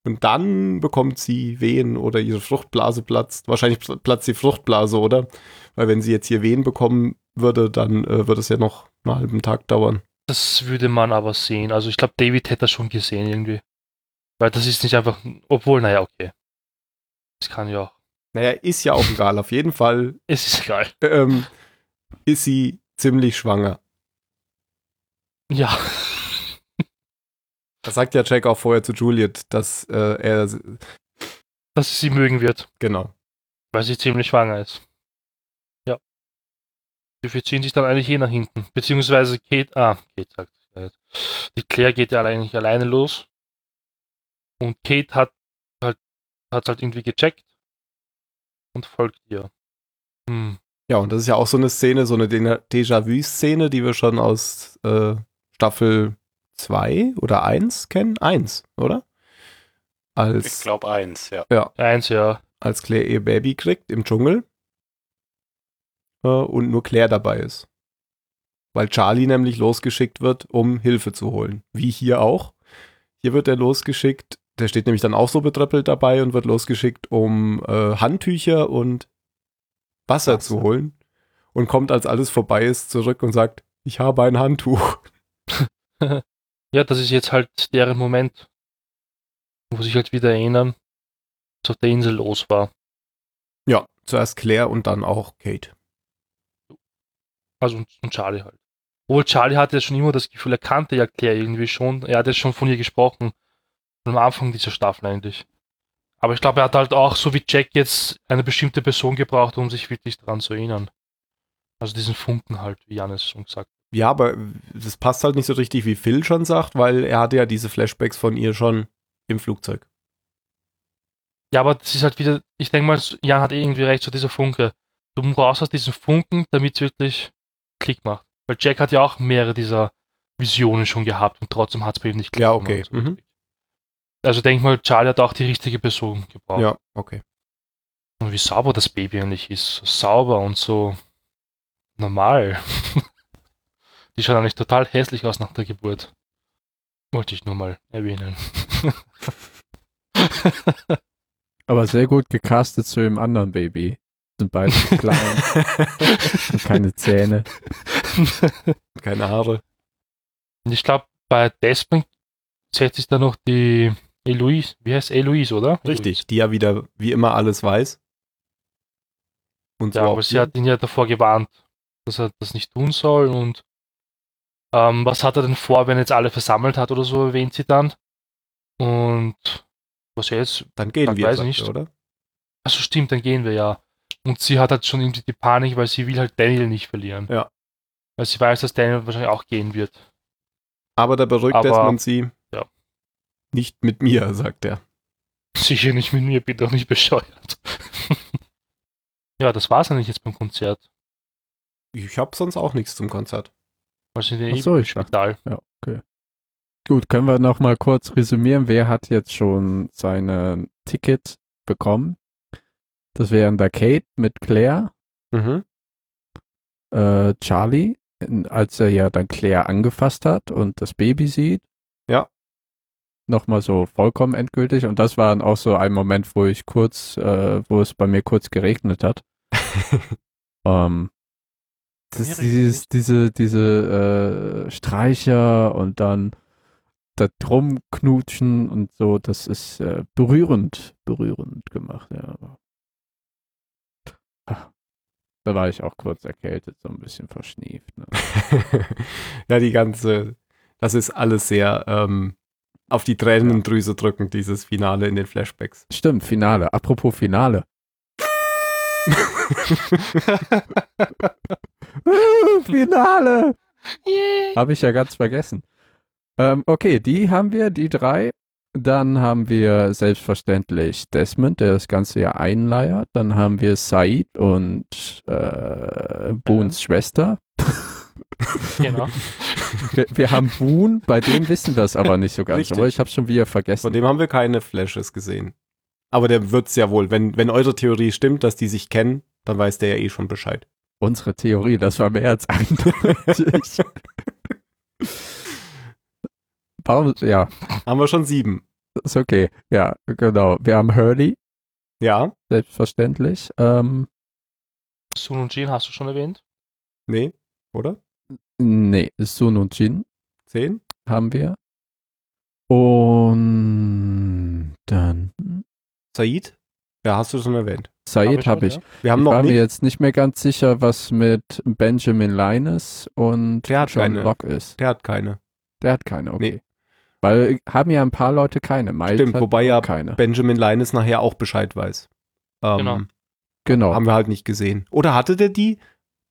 Speaker 2: Und dann bekommt sie Wehen oder ihre Fruchtblase platzt. Wahrscheinlich pl- platzt die Fruchtblase, oder? Weil wenn sie jetzt hier Wehen bekommen würde, dann äh, würde es ja noch einen halben Tag dauern.
Speaker 4: Das würde man aber sehen. Also ich glaube, David hätte das schon gesehen irgendwie. Weil das ist nicht einfach, obwohl, naja, okay. Das kann ja auch.
Speaker 2: Naja, ist ja auch egal. Auf jeden Fall
Speaker 4: Es ist egal.
Speaker 2: ähm, ist sie ziemlich schwanger.
Speaker 4: Ja.
Speaker 2: Das sagt ja Jack auch vorher zu Juliet, dass äh, er,
Speaker 4: Dass sie sie mögen wird,
Speaker 2: genau.
Speaker 4: weil sie ziemlich schwanger ist. Ja. Die verziehen sich dann eigentlich eh nach hinten. Beziehungsweise Kate, ah, Kate sagt es ja jetzt. Die Claire geht ja eigentlich alleine los. Und Kate hat halt, hat halt irgendwie gecheckt und folgt ihr. Hm.
Speaker 2: Ja, und das ist ja auch so eine Szene, so eine De- Déjà-vu-Szene, die wir schon aus äh, Staffel 2 oder 1 kennen. 1, oder?
Speaker 3: Ich
Speaker 2: Als,
Speaker 3: glaube eins, ja.
Speaker 4: Eins, ja.
Speaker 2: als Claire ihr Baby kriegt im Dschungel äh, und nur Claire dabei ist. Weil Charlie nämlich losgeschickt wird, um Hilfe zu holen. Wie hier auch. Hier wird er losgeschickt, der steht nämlich dann auch so betröppelt dabei und wird losgeschickt, um äh, Handtücher und Wasser zu holen. Und kommt, als alles vorbei ist, zurück und sagt, ich habe ein Handtuch.
Speaker 4: ja, das ist jetzt halt deren Moment, wo sich halt wieder erinnern, was auf der Insel los war.
Speaker 2: Ja, zuerst Claire und dann auch Kate.
Speaker 4: Also und, und Charlie halt. Obwohl Charlie hatte ja schon immer das Gefühl, er kannte ja Claire irgendwie schon. Er hat ja schon von ihr gesprochen. Am Anfang dieser Staffel eigentlich. Aber ich glaube, er hat halt auch, so wie Jack jetzt, eine bestimmte Person gebraucht, um sich wirklich daran zu erinnern. Also diesen Funken halt, wie Janis schon gesagt hat.
Speaker 2: Ja, aber das passt halt nicht so richtig, wie Phil schon sagt, weil er hatte ja diese Flashbacks von ihr schon im Flugzeug.
Speaker 4: Ja, aber das ist halt wieder, ich denke mal, Jan hat eh irgendwie recht, so dieser Funke. Du brauchst halt diesen Funken, damit es wirklich Klick macht. Weil Jack hat ja auch mehrere dieser Visionen schon gehabt und trotzdem hat es bei ihm nicht Klick
Speaker 2: Ja, okay,
Speaker 4: gemacht. so
Speaker 2: mhm.
Speaker 4: richtig. Also denk mal, Charlie hat auch die richtige Person gebraucht.
Speaker 2: Ja, okay.
Speaker 4: Und wie sauber das Baby eigentlich ist. So sauber und so normal. die schaut eigentlich total hässlich aus nach der Geburt. Wollte ich nur mal erwähnen.
Speaker 1: Aber sehr gut gecastet zu dem anderen Baby. Sind beide so klein und keine Zähne.
Speaker 2: Keine Haare.
Speaker 4: Und ich glaube, bei Desmond setzt sich da noch die Eloise, wie heißt Eloise, oder?
Speaker 2: Richtig, die ja wieder wie immer alles weiß. Und
Speaker 4: Eloise. Ja,
Speaker 2: so Also auch
Speaker 4: aber sie
Speaker 2: hier.
Speaker 4: hat ihn ja davor gewarnt, dass er das nicht tun soll und ähm, was hat er denn vor, wenn er jetzt alle versammelt hat oder so, erwähnt sie dann. Und was jetzt?
Speaker 2: dann gehen
Speaker 4: Dann
Speaker 2: wir,
Speaker 4: weiß ich
Speaker 2: sagt
Speaker 4: nicht.
Speaker 2: er, oder?
Speaker 4: Achso, stimmt, dann gehen wir ja. Und sie hat halt schon irgendwie die Panik, weil sie will halt Daniel nicht verlieren.
Speaker 2: Ja.
Speaker 4: Weil sie weiß, dass Daniel wahrscheinlich auch gehen wird.
Speaker 2: Aber da beruhigt
Speaker 4: Aber-
Speaker 2: Desmond sie.
Speaker 4: ja.
Speaker 2: Nicht mit mir, sagt er.
Speaker 4: Sicher nicht mit mir, bin doch nicht bescheuert. ja, das war's eigentlich jetzt beim Konzert.
Speaker 2: Ich habe sonst auch nichts zum Konzert.
Speaker 4: Was in
Speaker 1: Ach
Speaker 4: der
Speaker 1: so,
Speaker 4: so,
Speaker 1: ich
Speaker 4: Spital.
Speaker 1: Ja, okay. Gut, können wir noch mal kurz resümieren. Wer hat jetzt schon sein Ticket bekommen? Das wären da Kate mit Claire,
Speaker 2: Mhm.
Speaker 1: äh, Charlie, in- als er ja dann Claire angefasst hat und das Baby sieht.
Speaker 2: Ja.
Speaker 1: Nochmal so vollkommen endgültig. Und das war dann auch so ein Moment, wo ich kurz, äh, wo es bei mir kurz geregnet hat. ähm, das,
Speaker 4: Mir
Speaker 1: ist
Speaker 4: regnet
Speaker 1: dieses, diese, diese äh, Streicher und dann da drum knutschen und so, das ist äh, berührend, berührend gemacht, ja. Ah, Da war ich auch kurz erkältet, so ein bisschen verschnieft. Ne?
Speaker 2: ja, die ganze, das ist alles sehr ähm, auf die Tränendrüse drücken, dieses Finale in den Flashbacks.
Speaker 1: Stimmt, Finale. Apropos Finale. Finale! Habe ich ja ganz vergessen. Ähm, okay, die haben wir, die drei. Dann haben wir selbstverständlich Desmond, der das Ganze ja einleiert. Dann haben wir Said und äh, Boons Schwester.
Speaker 4: Genau.
Speaker 1: Wir, wir haben Boon, bei dem wissen wir es aber nicht so ganz.
Speaker 2: Richtig.
Speaker 1: Aber ich habe schon wieder vergessen.
Speaker 2: Von dem haben wir keine Flashes gesehen. Aber der wird's ja wohl. Wenn, wenn eure Theorie stimmt, dass die sich kennen, dann weiß der ja eh schon Bescheid.
Speaker 1: Unsere Theorie, das war mehr als eindeutig. Warum, ja,
Speaker 2: Haben wir schon sieben.
Speaker 1: ist okay. Ja, genau. Wir haben Hurley,
Speaker 2: Ja?
Speaker 1: selbstverständlich. Ähm,
Speaker 4: Sun und Jin hast du schon erwähnt.
Speaker 2: Nee? Oder?
Speaker 1: nee, Sun und Jin
Speaker 2: Zehn?
Speaker 1: haben wir. Und dann
Speaker 2: Said? Ja, hast du schon erwähnt.
Speaker 4: Hab
Speaker 1: Said
Speaker 4: schon,
Speaker 1: habe ich.
Speaker 4: ja.
Speaker 2: Wir haben
Speaker 1: Ich war
Speaker 2: noch
Speaker 1: mir
Speaker 2: nicht.
Speaker 1: jetzt nicht mehr ganz sicher, was mit Benjamin Linus und
Speaker 2: Der hat
Speaker 1: John
Speaker 2: keine.
Speaker 1: Locke ist.
Speaker 2: Der hat keine.
Speaker 1: Der hat keine, okay.
Speaker 2: Nee.
Speaker 1: Weil äh, haben ja ein paar Leute keine. Miles
Speaker 2: Stimmt,
Speaker 1: hat
Speaker 2: wobei ja
Speaker 1: keine.
Speaker 2: Benjamin Linus nachher auch Bescheid weiß. Ähm,
Speaker 4: Genau.
Speaker 1: Genau.
Speaker 2: Haben wir halt nicht gesehen. Oder hatte der die,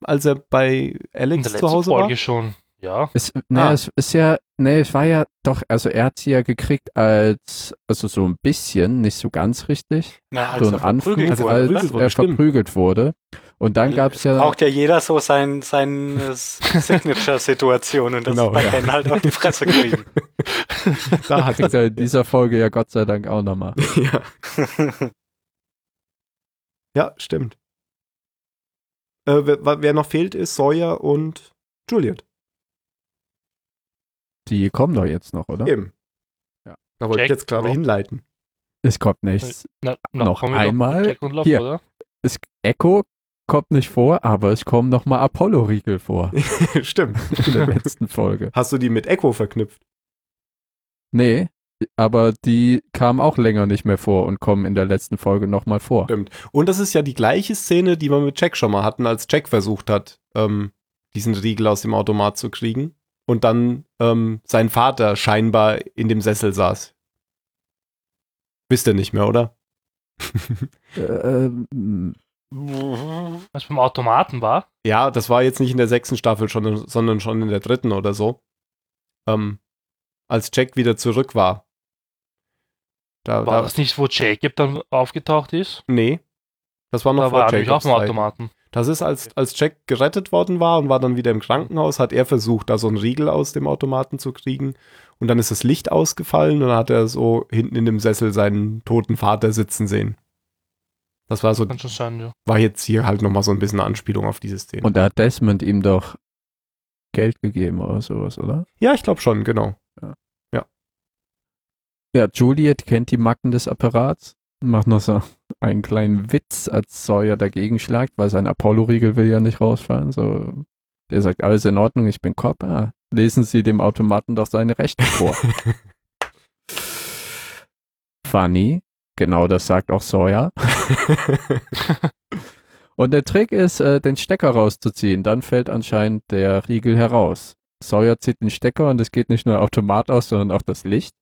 Speaker 2: als er bei
Speaker 4: In
Speaker 2: Alex
Speaker 4: der letzten
Speaker 2: zu Hause
Speaker 4: Folge
Speaker 2: war?
Speaker 4: schon. Ja.
Speaker 1: Es, nee,
Speaker 2: Ah.
Speaker 1: es ist ja, nee, es war ja doch, also er hat sie ja gekriegt als, also so ein bisschen, nicht so ganz richtig,
Speaker 3: Na, also
Speaker 1: so ein Anflug,
Speaker 3: verprügelt
Speaker 1: als
Speaker 2: wurde, ne? Ah, Verprügelt wurde,
Speaker 1: er
Speaker 2: stimmt.
Speaker 1: verprügelt wurde. Und dann gab es ja,
Speaker 3: Braucht ja jeder so sein, sein äh, Signature-Situation und das
Speaker 2: Genau,
Speaker 3: ist bei
Speaker 2: ja.
Speaker 3: Ben halt auf die Fresse kriegen.
Speaker 2: Da hat
Speaker 1: kriegt er in dieser Folge ja Gott sei Dank auch nochmal.
Speaker 2: ja. ja, stimmt. Äh, wer, wa- wer noch fehlt, ist Sawyer und Juliet.
Speaker 1: Die kommen doch jetzt noch, oder?
Speaker 2: Eben.
Speaker 1: Ja.
Speaker 2: Da wollte ich
Speaker 4: Jack,
Speaker 2: jetzt gerade
Speaker 4: Rob.
Speaker 2: hinleiten.
Speaker 1: Es kommt nichts.
Speaker 4: Na,
Speaker 1: Noch
Speaker 4: Äh, kommen wir doch
Speaker 1: einmal?
Speaker 4: zu Jack und Locke,
Speaker 1: Hier.
Speaker 4: oder?
Speaker 1: Es, Echo kommt nicht vor, aber es kommen nochmal Apollo-Riegel vor
Speaker 2: Stimmt.
Speaker 1: in der letzten Folge.
Speaker 2: Hast du die mit Echo verknüpft?
Speaker 1: Nee, aber die kamen auch länger nicht mehr vor und kommen in der letzten Folge nochmal vor.
Speaker 2: Und das ist ja die gleiche Szene, die wir mit Jack schon mal hatten, als Jack versucht hat, ähm, diesen Riegel aus dem Automat zu kriegen. Und dann ähm, sein Vater scheinbar in dem Sessel saß. Wisst ihr nicht mehr, oder?
Speaker 1: Ähm,
Speaker 4: Was beim Automaten war?
Speaker 2: Ja, das war jetzt nicht in der sechsten Staffel schon, sondern schon in der dritten oder so. Ähm, als Jack wieder zurück war. Da,
Speaker 4: War
Speaker 2: da,
Speaker 4: das nicht, wo Jacob dann aufgetaucht ist?
Speaker 2: nee. Das war noch
Speaker 4: Da
Speaker 2: vor
Speaker 4: war er nämlich
Speaker 2: Jacobs
Speaker 4: auf dem
Speaker 2: Zeit.
Speaker 4: Automaten.
Speaker 2: Das ist, als, als Jack gerettet worden war und war dann wieder im Krankenhaus, hat er versucht, da so einen Riegel aus dem Automaten zu kriegen. Und dann ist das Licht ausgefallen und dann hat er so hinten in dem Sessel seinen toten Vater sitzen sehen. Das war so,
Speaker 4: Kann schon sein, ja.
Speaker 2: war jetzt hier halt nochmal so ein bisschen eine Anspielung auf dieses Thema.
Speaker 1: und da hat Desmond ihm doch Geld gegeben oder sowas, oder?
Speaker 2: ja, ich glaube schon, genau.
Speaker 1: Ja, Juliet kennt die Macken des Apparats, macht noch so einen kleinen Witz, als Sawyer dagegen schlagt, weil sein Apollo-Riegel will ja nicht rausfallen. So, der sagt, alles in Ordnung, ich bin Cop. Ah, lesen Sie dem Automaten doch seine Rechte vor. Funny, genau das sagt auch Sawyer. Und der Trick ist, äh, den Stecker rauszuziehen. Dann fällt anscheinend der Riegel heraus. Sawyer zieht den Stecker und es geht nicht nur der Automat aus, sondern auch das Licht.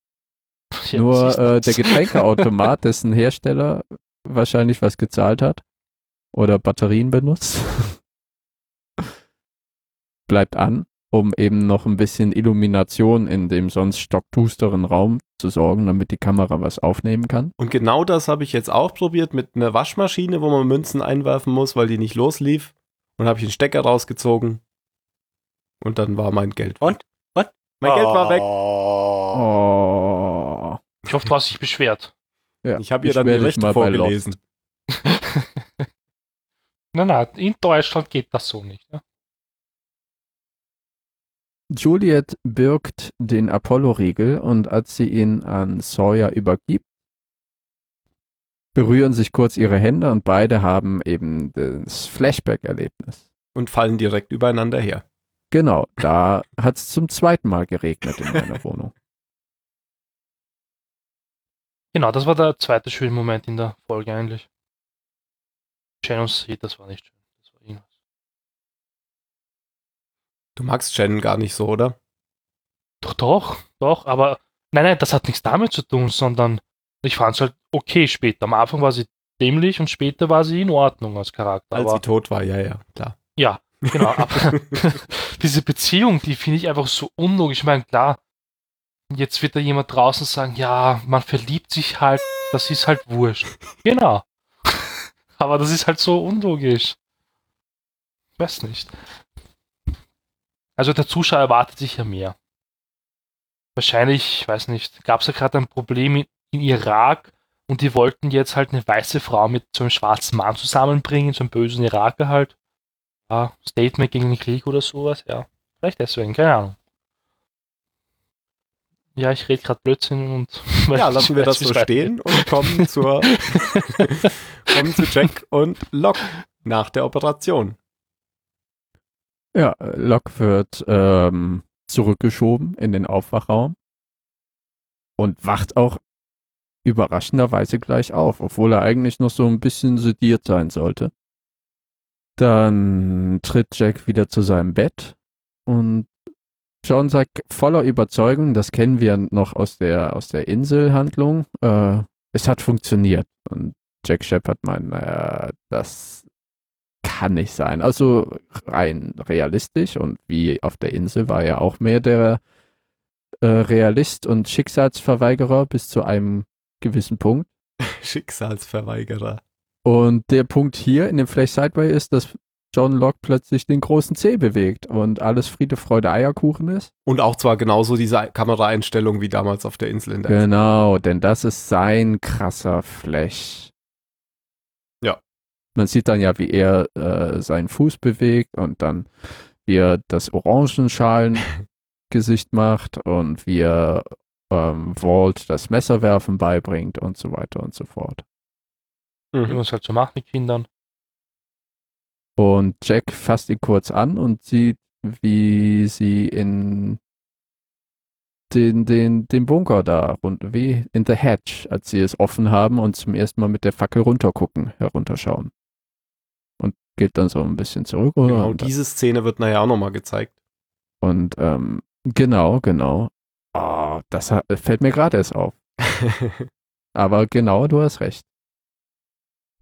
Speaker 4: Ja,
Speaker 1: Nur
Speaker 4: siehst du.
Speaker 1: äh, der Getränkeautomat, dessen Hersteller wahrscheinlich was gezahlt hat oder Batterien benutzt, bleibt an, um eben noch ein bisschen Illumination in dem sonst stockdusteren Raum zu sorgen, damit die Kamera was aufnehmen kann.
Speaker 2: Und genau das habe ich jetzt auch probiert mit einer Waschmaschine, wo man Münzen einwerfen muss, weil die nicht loslief. Und habe ich den Stecker rausgezogen. Und dann war mein Geld. weg.
Speaker 3: Und? Und? Oh.
Speaker 2: Mein Geld war weg.
Speaker 3: weg.
Speaker 1: Oh.
Speaker 4: Ich hoffe, du hast dich beschwert.
Speaker 1: Ja,
Speaker 2: Ich habe ihr dann die
Speaker 1: werde dich
Speaker 2: Rechte
Speaker 1: mal bei Loft.
Speaker 2: vorgelesen.
Speaker 4: Nein, nein, in Deutschland geht das so nicht. Ne?
Speaker 1: Juliet birgt den Apollo-Riegel und als sie ihn an Sawyer übergibt, berühren sich kurz ihre Hände und beide haben eben das Flashback-Erlebnis.
Speaker 2: und fallen direkt übereinander her.
Speaker 1: Genau, da hat es zum zweiten Mal geregnet in meiner Wohnung.
Speaker 4: Genau, das war der zweite schöne Moment in der Folge eigentlich. Shannon sieht, das war nicht schön. Das war irgendwas.
Speaker 2: Du magst Shannon gar nicht so, oder?
Speaker 4: Doch, doch, doch, aber nein, nein, das hat nichts damit zu tun, sondern ich fand es halt okay später. Am Anfang war sie dämlich und später war sie in Ordnung als Charakter.
Speaker 2: Als
Speaker 4: aber,
Speaker 2: sie tot war, ja, ja, klar.
Speaker 4: Ja, genau. Aber diese Beziehung, die finde ich einfach so unlogisch. Ich meine, klar, jetzt wird da jemand draußen sagen, ja, man verliebt sich halt, das ist halt wurscht. Genau. Aber das ist halt so unlogisch. Ich weiß nicht. Also der Zuschauer erwartet sich ja mehr. Wahrscheinlich, ich weiß nicht, gab es ja gerade ein Problem in, in Irak und die wollten jetzt halt eine weiße Frau mit so einem schwarzen Mann zusammenbringen, so einem bösen Iraker halt ja, Statement gegen den Krieg oder sowas, ja. Vielleicht deswegen, keine Ahnung. Ja, ich rede gerade Blödsinn und.
Speaker 2: ja, lassen wir
Speaker 4: ich
Speaker 2: das
Speaker 4: weiß,
Speaker 2: so
Speaker 4: wie's weitergeht.
Speaker 2: stehen und kommen zur kommen zu Jack und Locke nach der Operation.
Speaker 1: Ja, Locke wird ähm, zurückgeschoben in den Aufwachraum und wacht auch überraschenderweise gleich auf, obwohl er eigentlich noch so ein bisschen sediert sein sollte. Dann tritt Jack wieder zu seinem Bett und John sagt voller Überzeugung, das kennen wir noch aus der, aus der Inselhandlung, äh, es hat funktioniert. Und Jack Shepard meint, naja, das kann nicht sein. Also rein realistisch und wie auf der Insel war ja auch mehr der äh, Realist und Schicksalsverweigerer bis zu einem gewissen Punkt.
Speaker 2: Schicksalsverweigerer.
Speaker 1: Und der Punkt hier in dem Flash Sideway ist, dass John Locke plötzlich den großen C bewegt und alles Friede, Freude, Eierkuchen ist.
Speaker 2: Und auch zwar genauso diese Kameraeinstellung wie damals auf der Insel in der
Speaker 1: Genau, denn das ist sein krasser Flash.
Speaker 2: Ja.
Speaker 1: Man sieht dann ja, wie er äh, seinen Fuß bewegt und dann wie er das Orangenschalen-Gesicht macht und wie er ähm, Walt das Messerwerfen beibringt und so weiter und so fort.
Speaker 2: Mhm.
Speaker 4: Mhm. Wie man es halt so macht mit Kindern.
Speaker 1: Und Jack fasst ihn kurz an und sieht, wie sie in den, den, den Bunker da, rund, wie in The Hatch, als sie es offen haben und zum ersten Mal mit der Fackel runtergucken, herunterschauen. Und geht dann so ein bisschen zurück. Oder?
Speaker 2: Genau,
Speaker 1: und,
Speaker 2: diese Szene wird nachher auch nochmal gezeigt.
Speaker 1: und ähm, genau, genau. Ah, das hat, fällt mir gerade erst auf. Aber genau, du hast recht.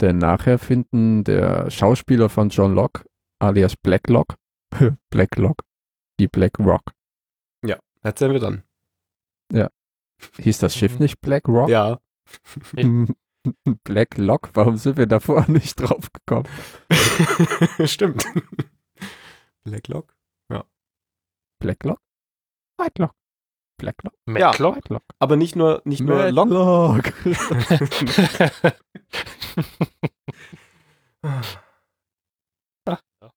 Speaker 1: Denn nachher finden der Schauspieler von John Locke, alias Blacklock, Blacklock, die Black Rock.
Speaker 2: Erzählen wir dann.
Speaker 1: Hieß das Schiff
Speaker 4: Mhm.
Speaker 1: nicht Black Rock?
Speaker 2: Ja.
Speaker 1: Black Lock, warum sind wir davor nicht drauf gekommen?
Speaker 2: Stimmt. Blacklock?
Speaker 1: Black Lock? White Lock. Black Lock?
Speaker 2: Ja.
Speaker 4: MacLock?
Speaker 1: White Lock.
Speaker 2: Aber nicht nur, nicht nur Lock.
Speaker 1: Lock.
Speaker 4: Ach, ja.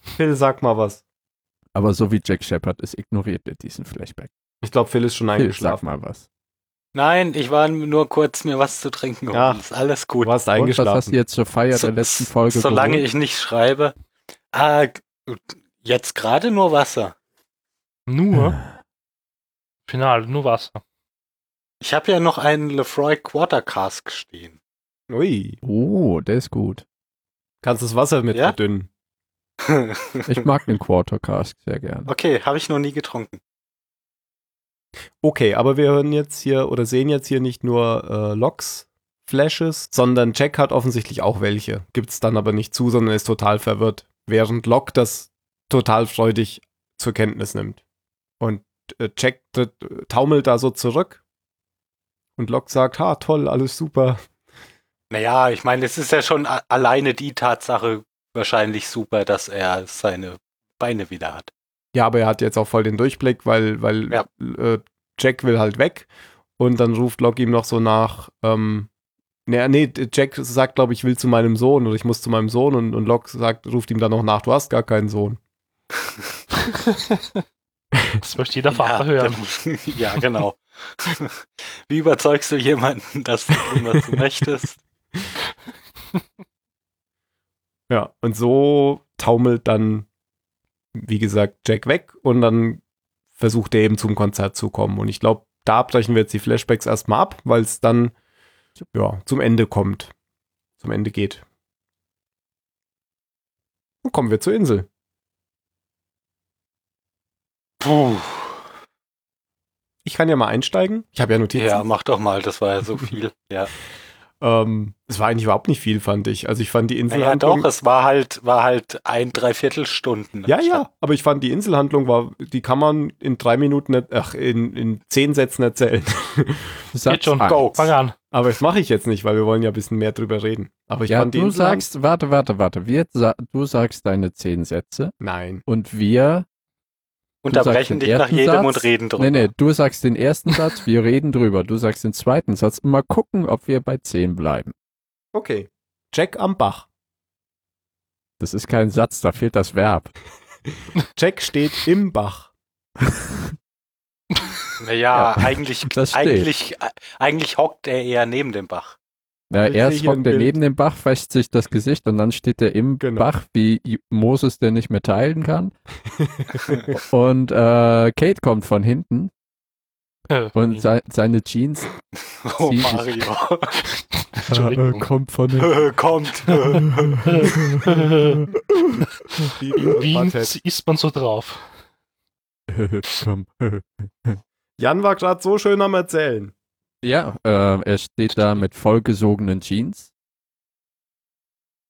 Speaker 2: Phil, sag mal was.
Speaker 1: Aber so wie Jack Shepard ist, ignoriert er diesen Flashback.
Speaker 2: Ich glaube, Phil ist schon
Speaker 1: Phil, sag
Speaker 2: eingeschlafen.
Speaker 1: mal was.
Speaker 3: Nein, ich war nur kurz mir was zu trinken. holen.
Speaker 2: Ach.
Speaker 3: Ist alles gut.
Speaker 2: Du hast
Speaker 1: Und was
Speaker 2: eingeschlafen.
Speaker 1: hast du jetzt zur Feier der letzten Folge
Speaker 3: Solange
Speaker 1: geholt?
Speaker 3: ich nicht schreibe. Ah, jetzt gerade nur Wasser.
Speaker 4: Nur?
Speaker 2: Ah.
Speaker 4: Final, nur Wasser.
Speaker 3: Ich habe ja noch einen Lefroy Quarter Cask stehen.
Speaker 2: Ui.
Speaker 1: Oh, der ist gut.
Speaker 2: Kannst das Wasser mit
Speaker 3: Ja?
Speaker 2: verdünnen.
Speaker 1: Ich mag den Quartercast sehr gern.
Speaker 3: okay, habe ich noch nie getrunken.
Speaker 2: Okay, aber wir hören jetzt hier oder sehen jetzt hier nicht nur äh, Loks, Flashes, sondern Jack hat offensichtlich auch welche. Gibt es dann aber nicht zu, sondern ist total verwirrt. Während Lok das total freudig zur Kenntnis nimmt. Und äh, Jack tritt, taumelt da so zurück. Und Lok sagt, ha, toll, alles super.
Speaker 3: Naja, ich meine, es ist ja schon a- alleine die Tatsache wahrscheinlich super, dass er seine Beine wieder hat.
Speaker 2: Ja, aber er hat jetzt auch voll den Durchblick, weil, weil
Speaker 3: Ja.
Speaker 2: äh, Jack will halt weg. Und dann ruft Locke ihm noch so nach, ähm, nee, nee, Jack sagt, glaube ich, will zu meinem Sohn oder ich muss zu meinem Sohn. Und, und Locke sagt, ruft ihm dann noch nach, du hast gar keinen Sohn.
Speaker 4: Das möchte jeder Vater hören.
Speaker 3: dann- ja, genau. Wie überzeugst du jemanden, dass du tun, was du möchtest?
Speaker 2: Ja. Und so taumelt dann, wie gesagt, Jack weg und dann versucht er eben zum Konzert zu kommen. Und ich glaube, da brechen wir jetzt die Flashbacks erstmal ab, weil es dann ja, zum Ende kommt. Zum Ende geht. Und kommen wir zur Insel.
Speaker 3: Puh.
Speaker 2: Ich kann ja mal einsteigen. Ich habe ja Notizen.
Speaker 3: Ja, mach doch mal, das war ja so viel. Ja,
Speaker 2: Ähm, es war eigentlich überhaupt nicht viel, fand ich. Also ich fand die
Speaker 3: ja
Speaker 2: Inselhandlung.
Speaker 3: doch, es war halt, war halt ein Dreiviertelstunden.
Speaker 2: ja, ja, aber ich fand die Inselhandlung war, die kann man in drei Minuten, nicht, ach, in, in zehn Sätzen erzählen.
Speaker 1: Satz
Speaker 4: Geht schon,
Speaker 1: eins.
Speaker 3: go.
Speaker 4: Fang an.
Speaker 2: aber das mache ich jetzt nicht, weil wir wollen ja ein bisschen mehr drüber reden. Aber ich
Speaker 1: Ja,
Speaker 2: fand die
Speaker 1: du
Speaker 2: Inselhand-
Speaker 1: sagst, warte, warte, warte. Wir, sa du sagst deine zehn Sätze
Speaker 2: Nein.
Speaker 1: und wir
Speaker 3: Unterbrechen
Speaker 1: Du sagst den
Speaker 3: dich nach
Speaker 1: ersten
Speaker 3: jedem
Speaker 1: Satz.
Speaker 3: und reden drüber.
Speaker 1: Nee, nee, du sagst den ersten Satz, wir reden drüber. Du sagst den zweiten Satz und mal gucken, ob wir bei 10 bleiben.
Speaker 2: Okay. Jack am Bach.
Speaker 1: Das ist kein Satz, da fehlt das Verb.
Speaker 2: Jack steht im Bach.
Speaker 3: Naja, eigentlich,
Speaker 1: Das steht.
Speaker 3: eigentlich, äh, eigentlich hockt er eher neben dem Bach.
Speaker 1: Na,
Speaker 2: Ich sehe
Speaker 1: erst
Speaker 2: hier ein
Speaker 1: hockt er
Speaker 2: Bild.
Speaker 1: neben dem Bach, wäscht sich das Gesicht und dann steht er im
Speaker 2: Genau.
Speaker 1: Bach, wie I- Moses, der nicht mehr teilen kann. und äh, Kate kommt von hinten
Speaker 2: Mhm.
Speaker 4: Äh,
Speaker 1: und se seine Jeans
Speaker 3: Oh,
Speaker 1: Sie-
Speaker 3: Mario.
Speaker 4: Entschuldigung.
Speaker 1: äh,
Speaker 2: Oh
Speaker 1: kommt von
Speaker 3: Kommt.
Speaker 4: In
Speaker 2: Die-
Speaker 4: Wien
Speaker 2: Quartett.
Speaker 4: ist man so drauf.
Speaker 1: hinten.
Speaker 2: Jan war gerade so schön am Erzählen.
Speaker 1: Ja, äh, er steht da mit vollgesogenen Jeans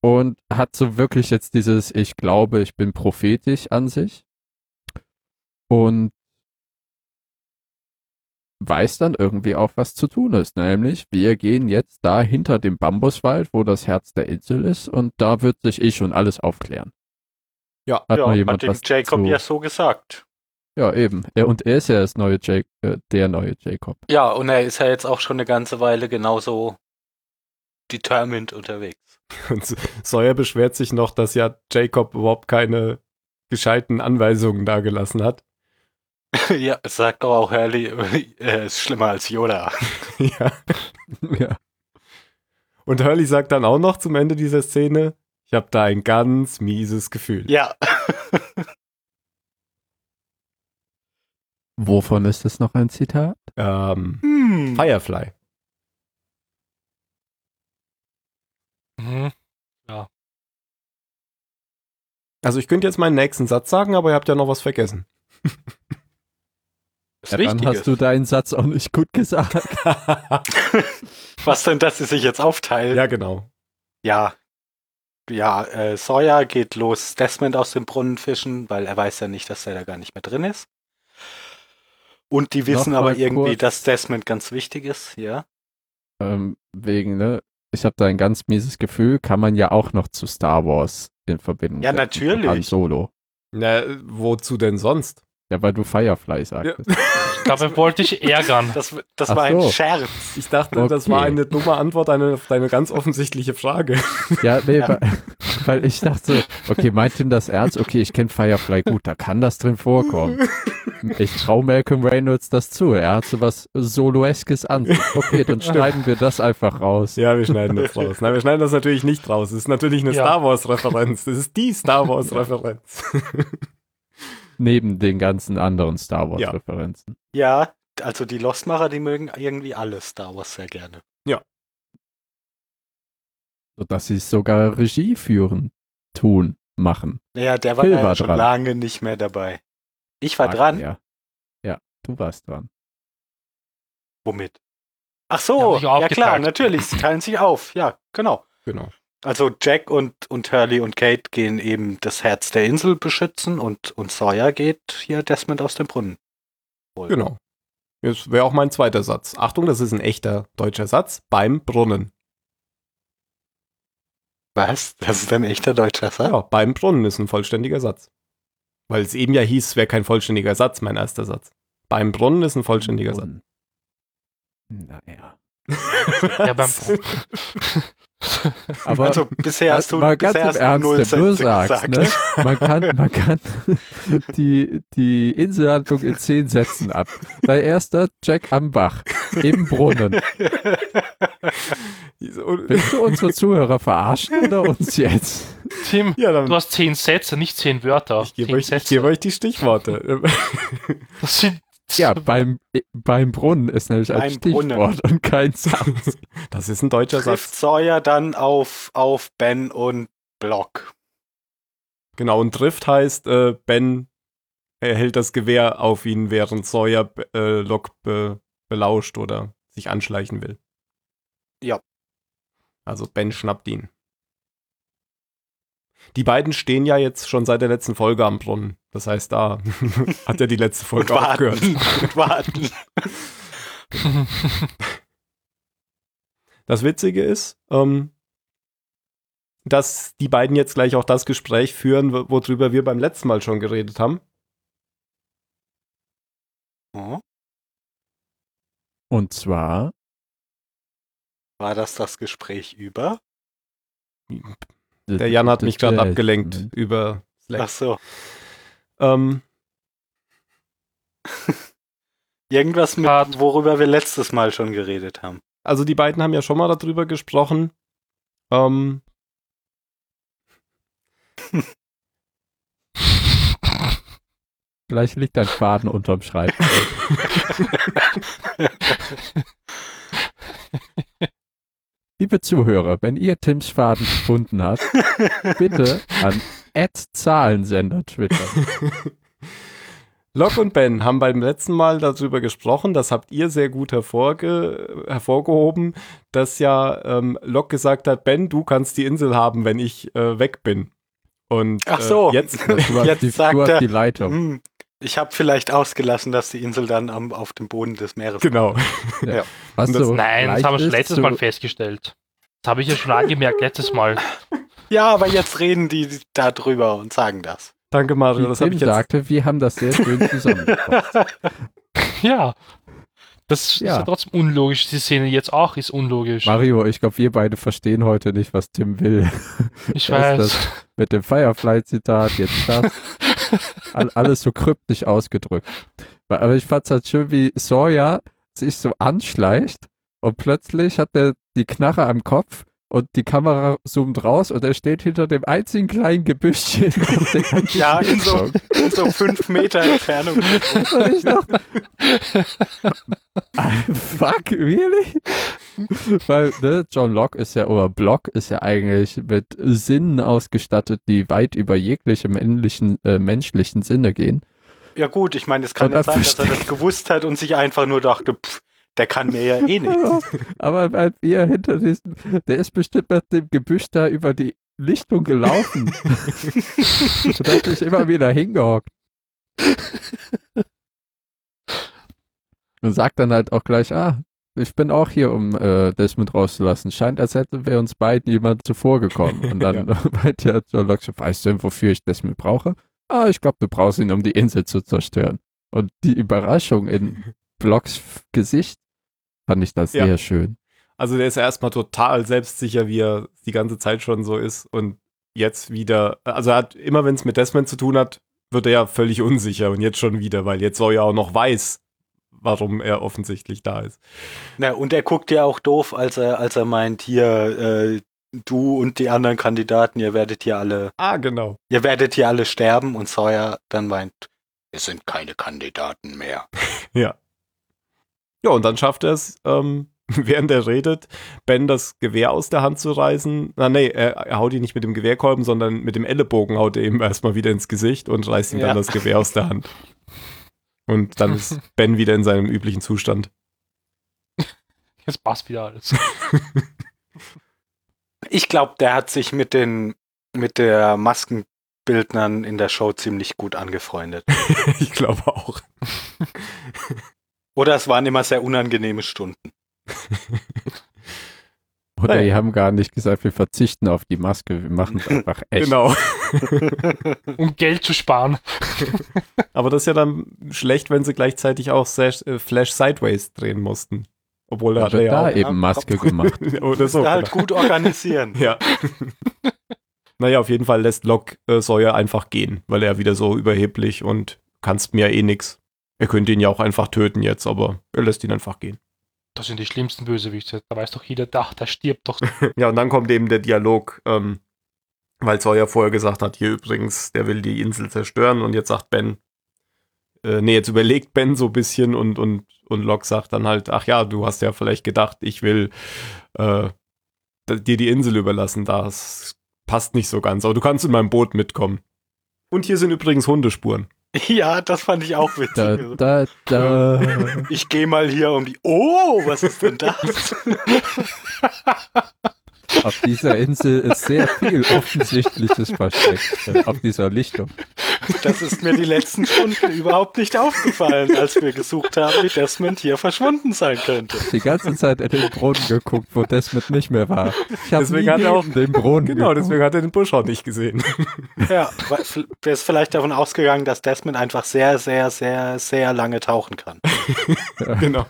Speaker 1: und hat so wirklich jetzt dieses Ich glaube, ich bin prophetisch an sich und weiß dann irgendwie auch, was zu tun ist. Nämlich, wir gehen jetzt da hinter dem Bambuswald, wo das Herz der Insel ist und da wird sich ich und alles aufklären.
Speaker 2: Ja,
Speaker 1: hat mal
Speaker 3: ja,
Speaker 1: jemand
Speaker 3: hat dem
Speaker 1: was
Speaker 3: Jacob
Speaker 1: zu?
Speaker 3: ja so gesagt.
Speaker 1: Ja, eben. Er, und er ist ja das neue Jac äh, der neue Jacob.
Speaker 3: Ja, und er ist ja jetzt auch schon eine ganze Weile genauso determined unterwegs.
Speaker 2: Und Sawyer beschwert sich noch, dass ja Jacob überhaupt keine gescheiten Anweisungen dagelassen hat.
Speaker 3: ja, es sagt doch auch Hurley, er ist schlimmer als Yoda.
Speaker 2: ja.
Speaker 1: ja.
Speaker 2: Und Hurley sagt dann auch noch zum Ende dieser Szene, Ich habe da ein ganz mieses Gefühl.
Speaker 3: Ja,
Speaker 1: Wovon ist das noch ein Zitat?
Speaker 2: Ähm,
Speaker 3: hm.
Speaker 2: Firefly.
Speaker 4: Mhm.
Speaker 2: Also ich könnte jetzt meinen nächsten Satz sagen, aber ihr habt ja noch was vergessen.
Speaker 3: das
Speaker 1: Ja, dann
Speaker 3: Wichtige.
Speaker 1: hast du deinen Satz auch nicht gut gesagt.
Speaker 3: Was denn, dass sie sich jetzt aufteilen?
Speaker 2: ja, genau.
Speaker 3: Ja. Ja, äh, Sawyer geht los, Desmond aus dem Brunnen fischen, weil er weiß ja nicht, dass er da gar nicht mehr drin ist. Und die wissen
Speaker 1: Noch
Speaker 3: aber
Speaker 1: mal
Speaker 3: irgendwie,
Speaker 1: kurz.
Speaker 3: dass Desmond ganz wichtig ist, ja.
Speaker 1: ähm, wegen, ne? Ich habe da ein ganz mieses Gefühl, kann man ja auch noch zu Star Wars in Verbindung
Speaker 3: Ja,
Speaker 1: setzen, mit
Speaker 3: natürlich.
Speaker 1: Han Solo.
Speaker 2: Na, wozu denn sonst?
Speaker 1: Ja, weil du Firefly sagtest.
Speaker 4: Ich glaube, er wollte dich ärgern.
Speaker 3: Das, das
Speaker 1: Ach
Speaker 3: war ein
Speaker 1: so.
Speaker 3: Scherz.
Speaker 2: Ich dachte, das
Speaker 1: Okay.
Speaker 2: war eine dumme Antwort eine- auf deine ganz offensichtliche Frage.
Speaker 1: Ja, nee,
Speaker 3: Ja.
Speaker 1: Weil, weil ich dachte, okay, meint Tim das ernst? Okay, ich kenne Firefly gut, da kann das drin vorkommen. Ich traue Malcolm Reynolds das zu. Er hat sowas Soloeskes an. Okay, dann schneiden wir das einfach raus.
Speaker 2: Ja, wir schneiden das raus. Nein, wir schneiden das natürlich nicht raus. Es ist natürlich eine
Speaker 4: Ja.
Speaker 2: Star Wars-Referenz. Das ist die Star Wars-Referenz.
Speaker 1: Neben den ganzen anderen Star Wars
Speaker 2: Ja.
Speaker 1: Referenzen.
Speaker 3: Ja, also die Lostmacher, die mögen irgendwie alle Star Wars sehr gerne.
Speaker 1: Sodass sie sogar Regie führen, tun, machen.
Speaker 3: Naja, der war,
Speaker 1: Phil
Speaker 3: da ja
Speaker 1: war
Speaker 3: schon
Speaker 1: dran.
Speaker 3: lange nicht mehr dabei. Ich war
Speaker 1: Sagt
Speaker 3: dran.
Speaker 1: er. Ja, du warst dran.
Speaker 3: Womit? Ach
Speaker 4: Die haben
Speaker 3: so,
Speaker 4: sich
Speaker 3: ja,
Speaker 4: aufgeteilt.
Speaker 3: klar, natürlich. Sie teilen sich auf. Ja, genau.
Speaker 2: Genau.
Speaker 3: Also Jack und, und Hurley und Kate gehen eben das Herz der Insel beschützen und, und Sawyer geht hier Desmond aus dem Brunnen. holen.
Speaker 2: Genau. Jetzt wäre auch mein zweiter Satz. Achtung, das ist ein echter deutscher Satz. Beim Brunnen.
Speaker 3: Was? Das ist ein echter deutscher Satz?
Speaker 2: Ja, beim Brunnen ist ein vollständiger Satz. Weil es eben ja hieß, es wäre kein vollständiger Satz, mein erster Satz. Beim Brunnen ist ein vollständiger Satz.
Speaker 1: Und- Naja.
Speaker 4: Ja, beim
Speaker 1: Aber
Speaker 3: also bisher hast du,
Speaker 1: mal ganz
Speaker 3: bisher
Speaker 1: im
Speaker 3: hast
Speaker 1: Ernst,
Speaker 3: null
Speaker 1: wenn du
Speaker 3: Sätze
Speaker 1: sagst,
Speaker 3: gesagt.
Speaker 1: ne? man kann, man kann die, die Inselhandlung in zehn Sätzen ab. Dein erster, Jack am Bach, im Brunnen. Willst du unsere Zuhörer verarschen oder uns jetzt?
Speaker 4: Tim,
Speaker 2: Ja, dann
Speaker 4: du hast zehn Sätze, nicht zehn Wörter.
Speaker 2: ich gebe
Speaker 4: zehn
Speaker 2: euch, ich
Speaker 4: Sätze.
Speaker 2: gebe euch die Stichworte.
Speaker 4: das sind
Speaker 1: Ja, beim, beim Brunnen ist nämlich ein
Speaker 3: Beim Brunnen.
Speaker 1: Stichwort und kein Satz.
Speaker 2: Das ist ein deutscher
Speaker 3: Trifft
Speaker 2: Satz.
Speaker 3: Sawyer dann auf, auf Ben und Block.
Speaker 2: Genau, und trifft heißt, äh, Ben er hält das Gewehr auf ihn, während Sawyer äh, Locke be belauscht oder sich anschleichen will.
Speaker 3: Ja.
Speaker 2: Also Ben schnappt ihn. Die beiden stehen ja jetzt schon seit der letzten Folge am Brunnen. Das heißt, da hat ja die letzte
Speaker 3: Und
Speaker 2: Folge aufgehört.
Speaker 3: warten. Und warten.
Speaker 2: Das Witzige ist, ähm, dass die beiden jetzt gleich auch das Gespräch führen, wo- worüber wir beim letzten Mal schon geredet haben.
Speaker 3: Oh,
Speaker 1: Und zwar,
Speaker 3: War das das Gespräch über?
Speaker 2: Der Jan hat mich gerade abgelenkt
Speaker 1: Moment.
Speaker 2: über
Speaker 3: Ach
Speaker 2: Slack.
Speaker 3: so.
Speaker 2: Ähm,
Speaker 3: Irgendwas mit,
Speaker 4: Part.
Speaker 3: worüber wir letztes Mal schon geredet haben.
Speaker 2: also die beiden haben ja schon mal darüber gesprochen. Ähm,
Speaker 1: Vielleicht liegt ein Faden unterm Schreibtisch. Liebe Zuhörer, wenn ihr Tims Faden gefunden habt, bitte an Zahlensender twittern.
Speaker 2: Locke und Ben haben beim letzten Mal darüber gesprochen, das habt ihr sehr gut hervorge hervorgehoben, dass ja ähm, Locke gesagt hat, Ben, du kannst die Insel haben, wenn ich äh, weg bin. Und
Speaker 3: Ach so.
Speaker 2: äh, jetzt
Speaker 1: Du hast
Speaker 3: Jetzt
Speaker 1: die,
Speaker 3: sagt
Speaker 1: du hast
Speaker 3: er-
Speaker 1: die Leitung.
Speaker 3: Hm, ich habe vielleicht ausgelassen, dass die Insel dann am, auf dem Boden des Meeres.
Speaker 2: genau.
Speaker 1: Was
Speaker 2: das-
Speaker 1: so
Speaker 4: Nein, das
Speaker 1: leicht
Speaker 4: haben wir schon
Speaker 1: ist,
Speaker 4: letztes
Speaker 1: so-
Speaker 4: Mal festgestellt. Das habe ich ja schon angemerkt letztes Mal.
Speaker 3: Ja, aber jetzt reden die da drüber und sagen das.
Speaker 2: Danke,
Speaker 1: Wie
Speaker 2: Mario. Das habe
Speaker 1: Tim
Speaker 2: ich jetzt
Speaker 1: sagte, wir haben das sehr schön zusammengefasst.
Speaker 4: Ja. Das ist
Speaker 1: Ja.
Speaker 4: ja trotzdem unlogisch. Die Szene jetzt auch ist unlogisch.
Speaker 1: Mario, ich glaube, wir beide verstehen heute nicht, was Tim will.
Speaker 4: ich
Speaker 1: da ist
Speaker 4: weiß.
Speaker 1: Mit dem Firefly-Zitat, jetzt das. All, alles so kryptisch ausgedrückt. Weil- Aber ich fand's halt schön, wie Sawyer sich so anschleicht und plötzlich hat er die Knarre am Kopf und die Kamera zoomt raus und er steht hinter dem einzigen kleinen Gebüschchen. und der ganzen
Speaker 3: Ja, in so,
Speaker 1: Schöpfung.
Speaker 3: in so fünf Meter Entfernung.
Speaker 1: Und ich dachte, ah, fuck, really? Weil ne, John Locke ist ja, oder Block ist ja eigentlich mit Sinnen ausgestattet, die weit über jegliche männlichen, äh, menschlichen Sinne gehen.
Speaker 3: Ja gut, ich meine, es kann
Speaker 1: Und
Speaker 3: ja
Speaker 1: dann
Speaker 3: sein, dass er das gewusst hat und sich einfach nur dachte, pff, der kann mir ja eh nichts.
Speaker 1: Aber halt wie er hinter diesem, der ist bestimmt nach dem Gebüsch da über die Lichtung gelaufen. und hat sich immer wieder hingehockt. Und sagt dann halt auch gleich, ah, ich bin auch hier, um äh, Desmond rauszulassen. Scheint, als hätte wir uns beiden jemand zuvor gekommen. Und dann meinte ja John Locke, schon, weißt du denn, wofür ich Desmond brauche? Ah, ich glaube, du brauchst ihn, um die Insel zu zerstören. Und die Überraschung in Blocks Gesicht fand ich das
Speaker 2: Ja.
Speaker 1: sehr schön.
Speaker 2: Also der ist ja erstmal total selbstsicher, wie er die ganze Zeit schon so ist und jetzt wieder, also er hat immer, wenn es mit Desmond zu tun hat, wird er ja völlig unsicher und jetzt schon wieder, weil jetzt so ja auch noch weiß, warum er offensichtlich da ist.
Speaker 3: Na, und er guckt ja auch doof, als er, als er meint, hier, äh, du und die anderen Kandidaten, ihr werdet hier alle,
Speaker 2: Ah, genau.
Speaker 3: ihr werdet hier alle sterben und Sawyer dann meint, es sind keine Kandidaten mehr.
Speaker 2: Ja, und dann schafft er es, ähm, während er redet, Ben das Gewehr aus der Hand zu reißen. Na nee, er, er haut ihn nicht mit dem Gewehrkolben, sondern mit dem Ellenbogen haut er ihm erstmal wieder ins Gesicht und reißt ihm
Speaker 3: Ja.
Speaker 2: dann das Gewehr aus der Hand. Und dann ist Ben wieder in seinem üblichen Zustand.
Speaker 4: Jetzt passt wieder alles.
Speaker 3: Ich glaube, der hat sich mit den, mit der Maskenbildnern in der Show ziemlich gut angefreundet.
Speaker 2: Ich glaube auch.
Speaker 3: Oder es waren immer sehr unangenehme Stunden.
Speaker 1: Oder
Speaker 2: Naja.
Speaker 1: die haben gar nicht gesagt, wir verzichten auf die Maske, wir machen es einfach echt.
Speaker 2: Genau.
Speaker 4: Um Geld zu sparen.
Speaker 2: Aber das ist ja dann schlecht, wenn sie gleichzeitig auch Flash, äh, Flash Sideways drehen mussten. Obwohl
Speaker 1: Da
Speaker 2: da
Speaker 1: hat
Speaker 2: hat er ja
Speaker 1: Also da
Speaker 2: auch
Speaker 3: ja.
Speaker 1: eben Maske gemacht.
Speaker 2: Oder so.
Speaker 3: Da halt
Speaker 2: Genau.
Speaker 3: gut organisieren.
Speaker 2: Ja. naja, auf jeden Fall lässt Locke äh, Sawyer einfach gehen, weil er wieder so überheblich und kannst mir eh nix. Er könnte ihn ja auch einfach töten jetzt, aber er lässt ihn einfach gehen.
Speaker 4: Das sind die schlimmsten Bösewichte. Da weiß doch jeder, da, da stirbt doch.
Speaker 2: Ja, und dann kommt eben der Dialog, ähm, weil Sawyer vorher gesagt hat, hier übrigens, der will die Insel zerstören und jetzt sagt Ben, äh, nee, jetzt überlegt Ben so ein bisschen und, und, und Locke sagt dann halt, ach ja, du hast ja vielleicht gedacht, ich will äh, d- dir die Insel überlassen, das passt nicht so ganz, aber du kannst in meinem Boot mitkommen. Und hier sind übrigens Hundespuren.
Speaker 3: Ja, das fand ich auch witzig.
Speaker 1: Da, da, da.
Speaker 3: Ich gehe mal hier um die. Oh, was ist denn das?
Speaker 1: Auf dieser Insel ist sehr viel Offensichtliches versteckt. äh, Auf dieser Lichtung.
Speaker 3: Das ist mir die letzten Stunden überhaupt nicht aufgefallen, als wir gesucht haben, wie Desmond hier verschwunden sein könnte.
Speaker 1: Die ganze Zeit in den Brunnen geguckt, wo Desmond nicht mehr war. Ich hab
Speaker 2: Deswegen
Speaker 1: nie
Speaker 2: hat er auch-
Speaker 1: neben den Brunnen.
Speaker 2: Genau,
Speaker 1: geguckt.
Speaker 2: deswegen hat er den Buschhorn nicht gesehen.
Speaker 3: Ja, weil- wer ist vielleicht davon ausgegangen, dass Desmond einfach sehr, sehr, sehr, sehr lange tauchen kann.
Speaker 2: genau.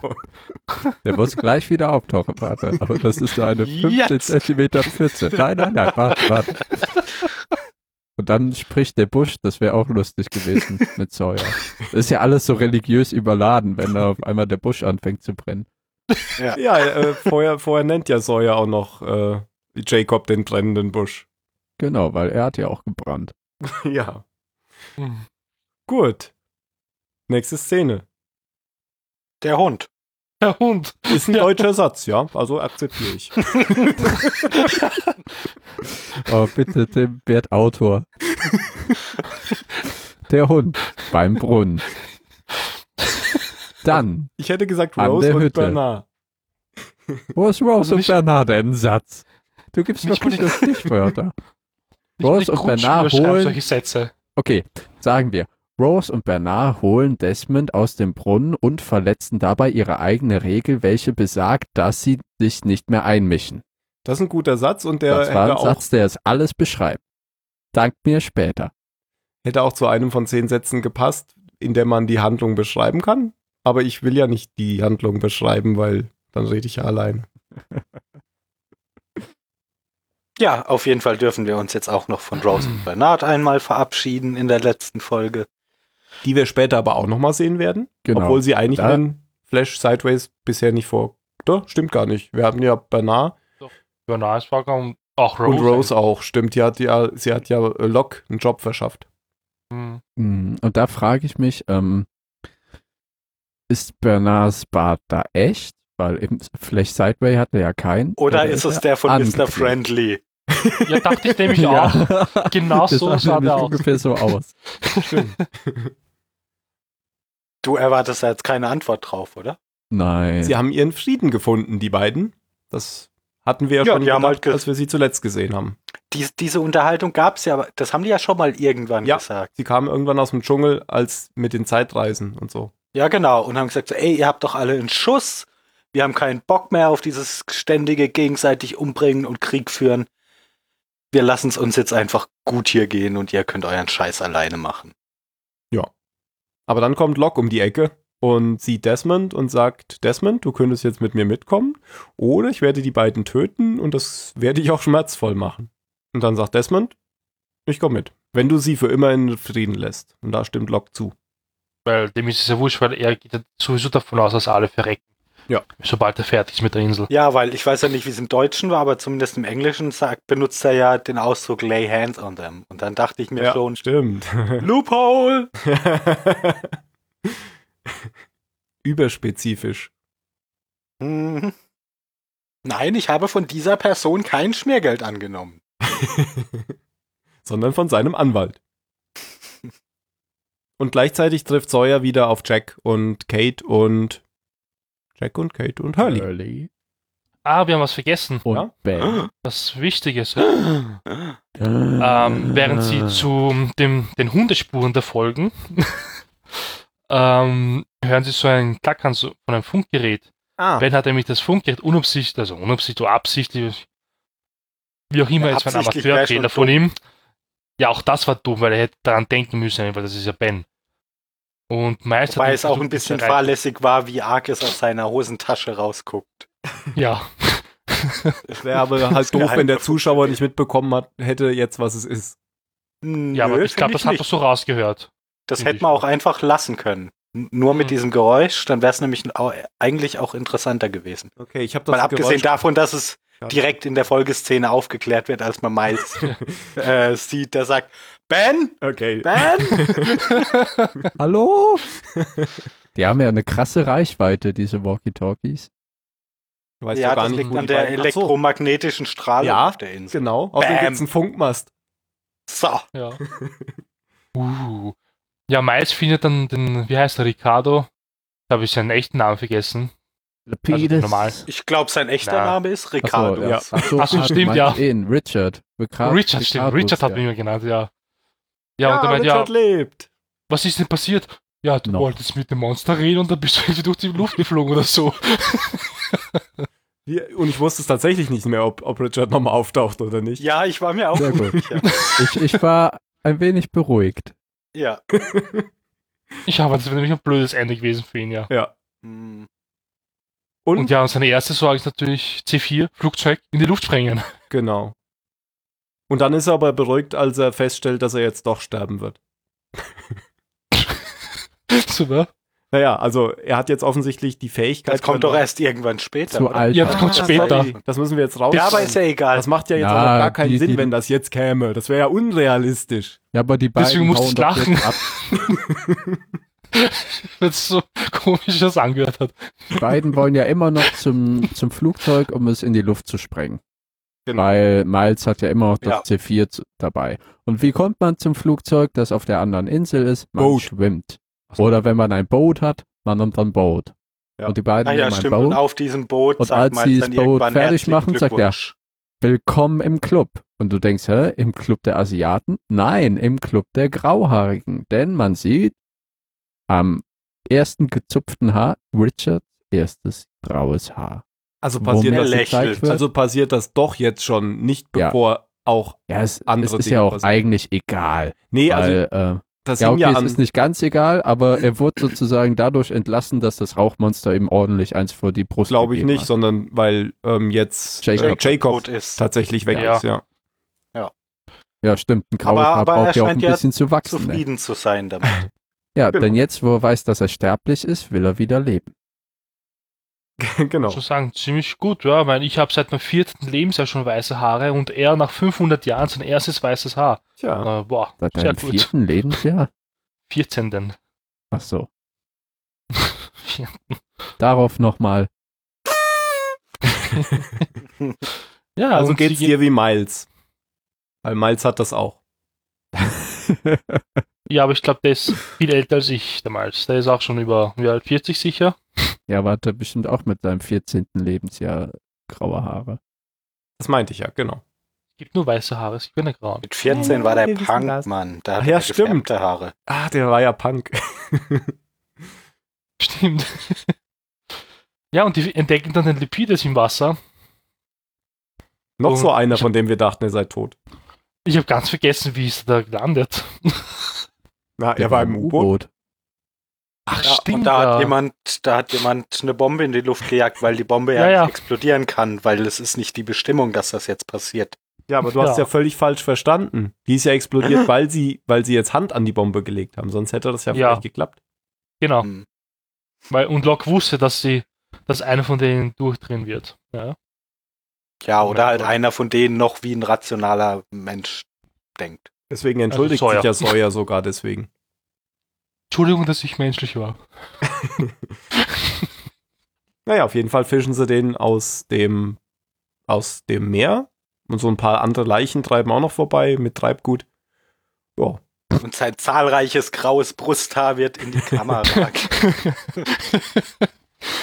Speaker 1: Der muss gleich wieder auftauchen, warte. Aber das ist nur eine 15
Speaker 4: Jetzt.
Speaker 1: Zentimeter Pfütze. Nein, nein, nein, warte, warte. Und dann spricht der Busch, das wäre auch lustig gewesen mit Sawyer. Das ist ja alles so religiös überladen, wenn da auf einmal der Busch anfängt zu brennen.
Speaker 2: Ja, äh, vorher, vorher nennt ja Sawyer auch noch äh, Jacob den brennenden Busch.
Speaker 1: Genau, weil er hat ja auch gebrannt.
Speaker 2: Ja.
Speaker 4: Hm.
Speaker 2: Gut. Nächste Szene.
Speaker 3: Der Hund.
Speaker 4: Der Hund.
Speaker 2: Ist ein
Speaker 4: Ja.
Speaker 2: deutscher Satz, ja. Also akzeptiere ich.
Speaker 1: Oh, bitte, Tim, werd Autor. Der Hund beim Brunnen. Dann,
Speaker 2: Ich hätte gesagt
Speaker 1: An
Speaker 2: Rose
Speaker 1: der
Speaker 2: und
Speaker 1: Hütte.
Speaker 2: Bernard.
Speaker 1: wo ist Rose
Speaker 4: Also
Speaker 1: und
Speaker 4: nicht-
Speaker 1: Bernard denn Satz? Du gibst mir
Speaker 4: Nicht mal die-
Speaker 1: gute Stichwörter.
Speaker 4: Nicht
Speaker 1: Rose
Speaker 4: die
Speaker 1: und
Speaker 4: Grundschule
Speaker 1: Bernard
Speaker 4: schreibt
Speaker 1: holen-
Speaker 4: solche Sätze.
Speaker 1: Okay, sagen wir, Rose und Bernard holen Desmond aus dem Brunnen und verletzen dabei ihre eigene Regel, welche besagt, dass sie sich nicht mehr einmischen.
Speaker 2: Das ist ein guter Satz und der
Speaker 1: das war
Speaker 2: hätte
Speaker 1: ein
Speaker 2: auch,
Speaker 1: Satz, der es alles beschreibt. Dankt mir später.
Speaker 2: hätte auch zu einem von zehn Sätzen gepasst, in der man die Handlung beschreiben kann. Aber ich will ja nicht die Handlung beschreiben, weil dann rede ich ja allein.
Speaker 3: Ja, auf jeden Fall dürfen wir uns jetzt auch noch von Rose und Bernard einmal verabschieden in der letzten Folge.
Speaker 2: Die wir später aber auch nochmal sehen werden,
Speaker 1: Genau.
Speaker 2: obwohl sie eigentlich
Speaker 1: Da-
Speaker 2: in Flash Sideways bisher nicht vor. Doch, stimmt gar nicht. Wir haben ja Bernard.
Speaker 4: Doch. Ja, na, es war kaum. Auch Rose.
Speaker 2: Und Rose auch, stimmt. Die hat ja, sie hat ja äh, Locke einen Job verschafft.
Speaker 4: Hm.
Speaker 1: Mm, Und da frage ich mich, ähm, ist Bernards Bart da echt? Weil eben Flash Sideway hatte ja keinen.
Speaker 3: Oder ist es der von Mr. Friendly?
Speaker 4: Ja, dachte ich nämlich
Speaker 1: Ja.
Speaker 4: auch. Genau
Speaker 1: Das
Speaker 4: so
Speaker 1: sah
Speaker 4: sah
Speaker 1: nämlich
Speaker 4: der aus.
Speaker 1: ungefähr so aus.
Speaker 3: Du erwartest da jetzt keine Antwort drauf, oder?
Speaker 1: Nein.
Speaker 2: Sie haben ihren Frieden gefunden, die beiden. Das hatten wir ja,
Speaker 3: Ja,
Speaker 2: schon
Speaker 3: die haben halt ge-
Speaker 2: als wir sie zuletzt gesehen haben.
Speaker 3: Dies, diese Unterhaltung gab es ja, aber das haben die ja schon mal irgendwann
Speaker 2: Ja.
Speaker 3: gesagt.
Speaker 2: Sie kamen irgendwann aus dem Dschungel als mit den Zeitreisen und so.
Speaker 3: Ja, genau. Und haben gesagt, so, ey, ihr habt doch alle einen Schuss. Wir haben keinen Bock mehr auf dieses ständige gegenseitig umbringen und Krieg führen. Wir lassen es uns jetzt einfach gut hier gehen und ihr könnt euren Scheiß alleine machen.
Speaker 2: Aber dann kommt Locke um die Ecke und sieht Desmond und sagt, Desmond, du könntest jetzt mit mir mitkommen oder ich werde die beiden töten und das werde ich auch schmerzvoll machen. Und dann sagt Desmond, ich komme mit, wenn du sie für immer in Frieden lässt. Und da stimmt Locke zu.
Speaker 4: Weil dem ist es ja wurscht, weil er geht ja sowieso davon aus, dass alle verrecken.
Speaker 2: Ja.
Speaker 4: Sobald er fertig ist mit der Insel.
Speaker 3: Ja, weil ich weiß ja nicht, wie es im Deutschen war, aber zumindest im Englischen sagt, benutzt er ja den Ausdruck lay hands on them. Und dann dachte ich mir schon,
Speaker 2: stimmt.
Speaker 3: Loophole!
Speaker 2: Überspezifisch.
Speaker 3: Mhm. Nein, ich habe von dieser Person kein Schmiergeld angenommen.
Speaker 2: sondern von seinem Anwalt. Und gleichzeitig trifft Sawyer wieder auf Jack und Kate und Jack und Kate und Hurley.
Speaker 1: Early
Speaker 4: Ah, wir haben was vergessen.
Speaker 1: und
Speaker 2: Ja?
Speaker 1: Bang.
Speaker 4: Was Wichtiges.
Speaker 1: Ähm,
Speaker 4: ähm, während
Speaker 1: Ah.
Speaker 4: sie zu dem, den Hundespuren der Folgen, ähm, hören sie so ein Klackern so von einem Funkgerät.
Speaker 2: Ah,
Speaker 4: Ben hat nämlich das Funkgerät unabsichtlich, also unabsichtlich, oder absichtlich, wie auch immer,
Speaker 3: Ja,
Speaker 4: es war ein
Speaker 3: absichtlich wäre schon
Speaker 4: Amateurfehler von ihm. Ja, auch das war dumm, weil er hätte daran denken müssen, weil das ist ja Ben. Und Miles
Speaker 3: Wobei
Speaker 4: ihn
Speaker 3: es auch
Speaker 4: versucht,
Speaker 3: ein bisschen
Speaker 4: zu erreichen.
Speaker 3: fahrlässig war, wie arg es aus seiner Hosentasche rausguckt.
Speaker 4: Ja.
Speaker 2: wäre aber halt doof,
Speaker 3: Geheim-
Speaker 2: wenn der Zuschauer nicht mitbekommen hat, hätte jetzt, was es ist. Hm,
Speaker 4: ja, aber
Speaker 3: Nö,
Speaker 4: ich glaube,
Speaker 3: find
Speaker 4: das hat
Speaker 3: nicht.
Speaker 4: er so rausgehört.
Speaker 3: Das
Speaker 4: Finde
Speaker 3: hätte
Speaker 4: ich
Speaker 3: man
Speaker 4: auch.
Speaker 3: auch einfach lassen können. N- Nur mit
Speaker 2: Hm.
Speaker 4: Mhm.
Speaker 3: diesem Geräusch, dann wäre es nämlich au- eigentlich auch interessanter gewesen.
Speaker 2: Okay, ich habe
Speaker 3: Mal abgesehen davon, dass es
Speaker 2: Ja.
Speaker 3: direkt in der Folgeszene aufgeklärt wird, als man Miles äh, sieht, der sagt, Ben,
Speaker 2: Okay.
Speaker 3: Ben!
Speaker 1: Hallo? Die haben ja eine krasse Reichweite, diese Walkie-Talkies.
Speaker 2: Du weißt
Speaker 3: ja,
Speaker 2: ja gar
Speaker 3: das
Speaker 2: nicht,
Speaker 3: liegt
Speaker 2: wo
Speaker 3: an
Speaker 2: die
Speaker 3: der
Speaker 2: beiden- Ach so,
Speaker 3: elektromagnetischen Strahlung
Speaker 2: Ja.
Speaker 3: auf der Insel.
Speaker 2: Genau, außerdem
Speaker 3: Bam.
Speaker 2: gibt's einen Funkmast.
Speaker 3: So,
Speaker 4: Ja. uh. Ja, Miles findet dann den, wie heißt er, Ricardo? Da habe ich seinen echten Namen vergessen.
Speaker 1: Lepidus.
Speaker 4: normal.
Speaker 3: ich glaube, sein echter
Speaker 4: Na.
Speaker 3: Name ist Ricardo.
Speaker 1: Achso, ja. Ach so,
Speaker 4: Ach so,
Speaker 1: ah, du
Speaker 4: stimmt,
Speaker 1: meinst
Speaker 4: ja.
Speaker 1: ihn, Richard. Ricard-
Speaker 4: Richard, stimmt.
Speaker 1: Ricardus,
Speaker 4: Richard hat
Speaker 1: ja.
Speaker 4: mich mal genannt, ja. Ja, und er meint, ja,
Speaker 2: Richard lebt.
Speaker 4: was ist denn passiert? Ja, du
Speaker 1: Noch.
Speaker 4: wolltest mit dem Monster reden und dann bist du irgendwie durch die Luft geflogen oder so.
Speaker 2: Wir, und ich wusste es tatsächlich nicht mehr, ob, ob Richard nochmal auftaucht oder nicht.
Speaker 3: Ja, ich war mir auch
Speaker 1: Sehr gut.
Speaker 3: unsicher.
Speaker 1: Ich, ich war ein wenig beruhigt.
Speaker 3: ja.
Speaker 4: Ich habe das wäre nämlich ein blödes Ende gewesen für ihn, ja.
Speaker 2: Ja.
Speaker 3: Hm.
Speaker 2: Und,
Speaker 4: Und ja, und seine erste Sorge ist natürlich C4, Flugzeug, in die Luft sprengen.
Speaker 2: Genau. Und dann ist er aber beruhigt, als er feststellt, dass er jetzt doch sterben wird.
Speaker 4: Super.
Speaker 2: Naja, also er hat jetzt offensichtlich die Fähigkeit.
Speaker 3: Das kommt doch
Speaker 2: verloren.
Speaker 3: erst irgendwann später.
Speaker 1: Zu
Speaker 3: oder?
Speaker 1: alt.
Speaker 4: Ja, das kommt
Speaker 3: Ah,
Speaker 4: später.
Speaker 3: sorry.
Speaker 2: Das müssen wir jetzt raus.
Speaker 3: Ja, aber ist ja egal.
Speaker 2: das macht ja jetzt
Speaker 1: Na,
Speaker 2: aber gar keinen
Speaker 1: die-
Speaker 2: Sinn,
Speaker 1: die-
Speaker 2: wenn das jetzt käme. Das wäre ja unrealistisch.
Speaker 1: Ja, aber die beiden
Speaker 4: Deswegen musste ich
Speaker 1: hauen doch
Speaker 4: lachen.
Speaker 1: jetzt ab.
Speaker 4: Wenn es so komisch das angehört hat.
Speaker 1: Die beiden wollen ja immer noch zum, zum Flugzeug, um es in die Luft zu sprengen.
Speaker 2: Genau.
Speaker 1: Weil Miles hat ja immer noch das C4 zu- dabei. Und wie kommt man zum Flugzeug, das auf der anderen Insel ist? Man
Speaker 2: Boot.
Speaker 1: schwimmt. Oder wenn man ein Boot hat, man nimmt ein Boot.
Speaker 2: Ja.
Speaker 1: Und die beiden
Speaker 3: Ah ja,
Speaker 1: nehmen ein
Speaker 3: stimmt. Und
Speaker 1: Boot.
Speaker 3: auf diesem Boot
Speaker 1: Und als
Speaker 3: sagt man
Speaker 1: sie
Speaker 3: dann
Speaker 1: das Boot
Speaker 3: irgendwann
Speaker 1: fertig
Speaker 3: herzlichen
Speaker 1: machen, sagt er,
Speaker 3: Glückwunsch.
Speaker 1: Willkommen im Club. Und du denkst, hä, im Club der Asiaten? Nein, im Club der Grauhaarigen. Denn man sieht am ersten gezupften Haar Richards erstes graues Haar.
Speaker 2: Also passiert,
Speaker 1: Womit
Speaker 2: das,
Speaker 3: lächelt.
Speaker 2: jetzt,
Speaker 1: gezeigt wird-
Speaker 2: also passiert das doch jetzt schon, nicht
Speaker 1: Ja.
Speaker 2: bevor auch.
Speaker 1: Ja, es, es
Speaker 2: andere
Speaker 1: ist
Speaker 2: Dinge
Speaker 1: ja auch
Speaker 2: passieren.
Speaker 1: eigentlich egal.
Speaker 2: Nee, also
Speaker 1: weil, äh,
Speaker 2: das
Speaker 1: ja,
Speaker 2: hing
Speaker 1: okay,
Speaker 2: ja
Speaker 1: es
Speaker 2: an.
Speaker 1: ist nicht ganz egal, aber er wurde sozusagen dadurch entlassen, dass das Rauchmonster ihm ordentlich eins vor die Brust
Speaker 2: Glaube ich
Speaker 1: gegeben
Speaker 2: nicht,
Speaker 1: Hat.
Speaker 2: sondern weil ähm, jetzt
Speaker 1: also. Jacob.
Speaker 2: Äh, Jacob
Speaker 3: Boot ist
Speaker 2: tatsächlich weg
Speaker 4: Ja.
Speaker 2: ist, ja.
Speaker 1: Ja, stimmt. Ein graues
Speaker 3: Aber-
Speaker 1: Haar
Speaker 3: aber
Speaker 1: braucht
Speaker 3: er
Speaker 1: ja auch ein
Speaker 3: scheint ja
Speaker 1: bisschen zu wachsen. Ne?
Speaker 3: zufrieden zu sein damit.
Speaker 1: Ja,
Speaker 2: Genau.
Speaker 1: denn jetzt, wo er weiß, dass er sterblich ist, will er wieder leben.
Speaker 2: genau.
Speaker 4: schon sagen, ziemlich gut, ja. Ich, meine, ich habe seit meinem vierten Lebensjahr schon weiße Haare und er nach 500 Jahren sein erstes weißes Haar.
Speaker 2: Tja,
Speaker 4: Äh, boah,
Speaker 1: Seit
Speaker 4: sehr
Speaker 1: deinem
Speaker 4: gut.
Speaker 1: vierten Lebensjahr?
Speaker 4: 14. denn.
Speaker 1: Ach so. Darauf nochmal.
Speaker 4: ja,
Speaker 2: also
Speaker 4: und sie
Speaker 2: geht's
Speaker 4: gehen-
Speaker 2: dir wie Miles. Weil Miles hat das auch.
Speaker 4: Ja, aber ich glaube, der ist viel älter als ich damals. Der ist auch schon über wie alt, 40 sicher.
Speaker 1: Ja, warte, bestimmt auch mit seinem 14. Lebensjahr graue Haare.
Speaker 2: Das meinte ich ja, genau.
Speaker 4: Es gibt nur weiße Haare, es gibt keine grauen.
Speaker 3: Mit 14 war
Speaker 2: Ja,
Speaker 3: der
Speaker 2: wir wissen
Speaker 3: Punk,
Speaker 2: das.
Speaker 3: Mann. Da
Speaker 2: Ach
Speaker 3: hatte
Speaker 2: ja,
Speaker 3: er gefärbte
Speaker 2: stimmt.
Speaker 3: Haare.
Speaker 2: Ah, der war ja Punk.
Speaker 4: Stimmt. ja, und die entdecken dann den Lipides im Wasser.
Speaker 2: Noch
Speaker 4: Und
Speaker 2: so einer, von dem wir dachten, er sei tot.
Speaker 4: Ich habe ganz vergessen, wie ist er da gelandet.
Speaker 2: Na,
Speaker 1: Der
Speaker 2: er war im U-Boot.
Speaker 4: Ach,
Speaker 3: Ja, und da hat jemand, da hat jemand eine Bombe in die Luft gejagt, weil die Bombe ja,
Speaker 4: Ja, ja.
Speaker 3: nicht explodieren kann, weil es ist nicht die Bestimmung, dass das jetzt passiert.
Speaker 2: Ja, aber du hast
Speaker 4: Ja.
Speaker 2: ja völlig falsch verstanden. Die ist ja explodiert, weil sie, weil sie jetzt Hand an die Bombe gelegt haben. Sonst hätte das ja,
Speaker 4: Ja.
Speaker 2: vielleicht geklappt.
Speaker 4: Genau.
Speaker 3: Hm.
Speaker 4: Weil, und Locke wusste, dass sie, dass einer von denen durchdrehen wird. Ja.
Speaker 3: Ja, oder
Speaker 4: Ja,
Speaker 3: halt
Speaker 4: gut.
Speaker 3: einer von denen noch wie ein rationaler Mensch denkt.
Speaker 2: Deswegen entschuldigt
Speaker 4: Sawyer.
Speaker 2: sich ja Also Sawyer sogar deswegen.
Speaker 4: Entschuldigung, dass ich menschlich war.
Speaker 2: Naja, auf jeden Fall fischen sie den aus dem, aus dem Meer. Und so ein paar andere Leichen treiben auch noch vorbei mit Treibgut. Ja,
Speaker 3: Und sein zahlreiches graues Brusthaar wird in die Kamera. ge-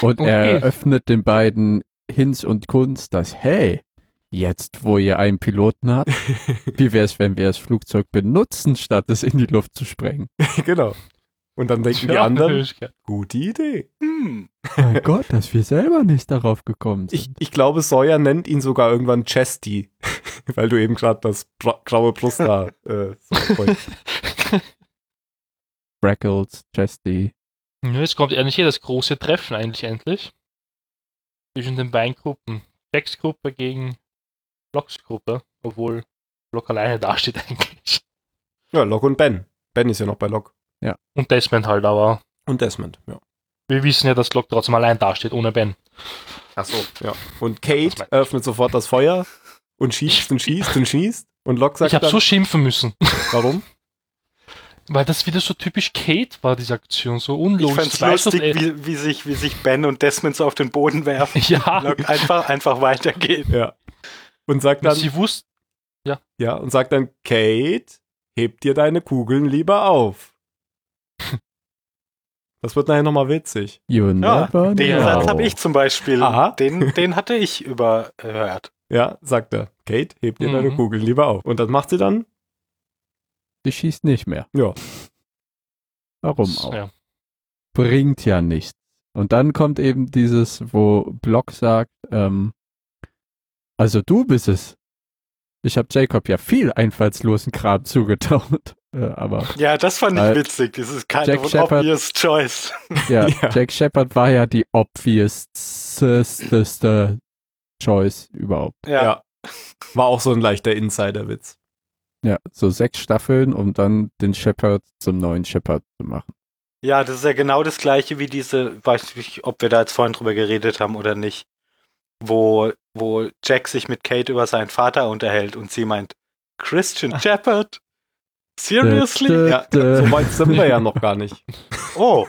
Speaker 1: Und
Speaker 4: Okay.
Speaker 1: er öffnet den beiden Hinz und Kunz, dass, hey, jetzt wo ihr einen Piloten habt, wie wäre es, wenn wir das Flugzeug benutzen, statt es in die Luft zu sprengen?
Speaker 2: genau. Und dann denken die
Speaker 4: Ja,
Speaker 2: anderen,
Speaker 4: natürlich, ja.
Speaker 2: gute Idee.
Speaker 3: hm.
Speaker 1: Mein Gott, dass wir selber nicht darauf gekommen
Speaker 2: Ich,
Speaker 1: sind.
Speaker 2: ich glaube, Sawyer nennt ihn sogar irgendwann Chesty, weil du eben gerade das bra- graue Brusthaar äh, so voll-
Speaker 1: Brackles, Chesty.
Speaker 4: Ja, Jetzt kommt endlich hier das große Treffen eigentlich endlich. Zwischen den beiden Gruppen. Jacks Gruppe gegen Locks Gruppe, obwohl Lock alleine dasteht eigentlich.
Speaker 2: Ja, Locke und Ben. Ben ist ja noch bei Locke.
Speaker 4: Und Desmond halt, aber
Speaker 2: Und Desmond, ja.
Speaker 4: wir wissen ja, dass Lock trotzdem allein dasteht, ohne Ben.
Speaker 2: Ach so, ja. Und
Speaker 4: Das
Speaker 2: Kate
Speaker 4: meinte ich.
Speaker 2: öffnet sofort das Feuer und schießt und schießt und schießt. Und Locke sagt
Speaker 4: ich habe
Speaker 2: dann,
Speaker 4: so schimpfen müssen,
Speaker 2: warum?
Speaker 4: weil das wieder so typisch Kate war, diese Aktion, so unlogisch.
Speaker 3: Ich fand's
Speaker 4: Du weißt, dass
Speaker 3: lustig,
Speaker 4: er-
Speaker 3: wie, wie, sich, wie sich Ben und Desmond so auf den Boden werfen.
Speaker 4: ja,
Speaker 3: Lock einfach, einfach weitergehen.
Speaker 2: Ja. Und sagt
Speaker 4: und
Speaker 2: dann,
Speaker 4: sie wusste,
Speaker 2: ja, und sagt dann, Kate, heb dir deine Kugeln lieber auf. Das wird nachher nochmal witzig.
Speaker 1: You
Speaker 3: Ja,
Speaker 1: never
Speaker 3: Den
Speaker 1: know.
Speaker 3: Satz habe ich zum Beispiel.
Speaker 2: Aha.
Speaker 3: Den, den hatte ich überhört.
Speaker 2: Ja, sagt er, Kate, heb dir
Speaker 4: Mhm.
Speaker 2: deine Kugeln lieber auf. Und das macht sie dann?
Speaker 1: Die schießt nicht mehr.
Speaker 2: Ja.
Speaker 1: Warum Um auch?
Speaker 4: ja.
Speaker 1: Bringt ja nichts. Und dann kommt eben dieses, wo Block sagt, ähm, also du bist es. Ich habe Jacob ja viel einfallslosen Kram zugetraut. Äh, aber
Speaker 3: Ja, das fand ich
Speaker 1: Äh,
Speaker 3: witzig. Das ist kind
Speaker 1: Jack
Speaker 3: of an
Speaker 1: Shepherd.
Speaker 3: obvious choice.
Speaker 1: ja,
Speaker 2: Ja.
Speaker 1: Jack Shepard war ja die obviouseste Choice überhaupt.
Speaker 3: Ja.
Speaker 2: Ja. War auch so ein leichter Insider-Witz.
Speaker 1: Ja, so sechs Staffeln, um dann den Shepard zum neuen Shepard zu machen.
Speaker 3: Ja, das ist ja genau das gleiche wie diese, weiß nicht, ob wir da jetzt vorhin drüber geredet haben oder nicht, wo, wo Jack sich mit Kate über seinen Vater unterhält und sie meint, Christian Shepard? Seriously?
Speaker 2: Ja, so weit sind wir ja noch gar nicht.
Speaker 3: Oh,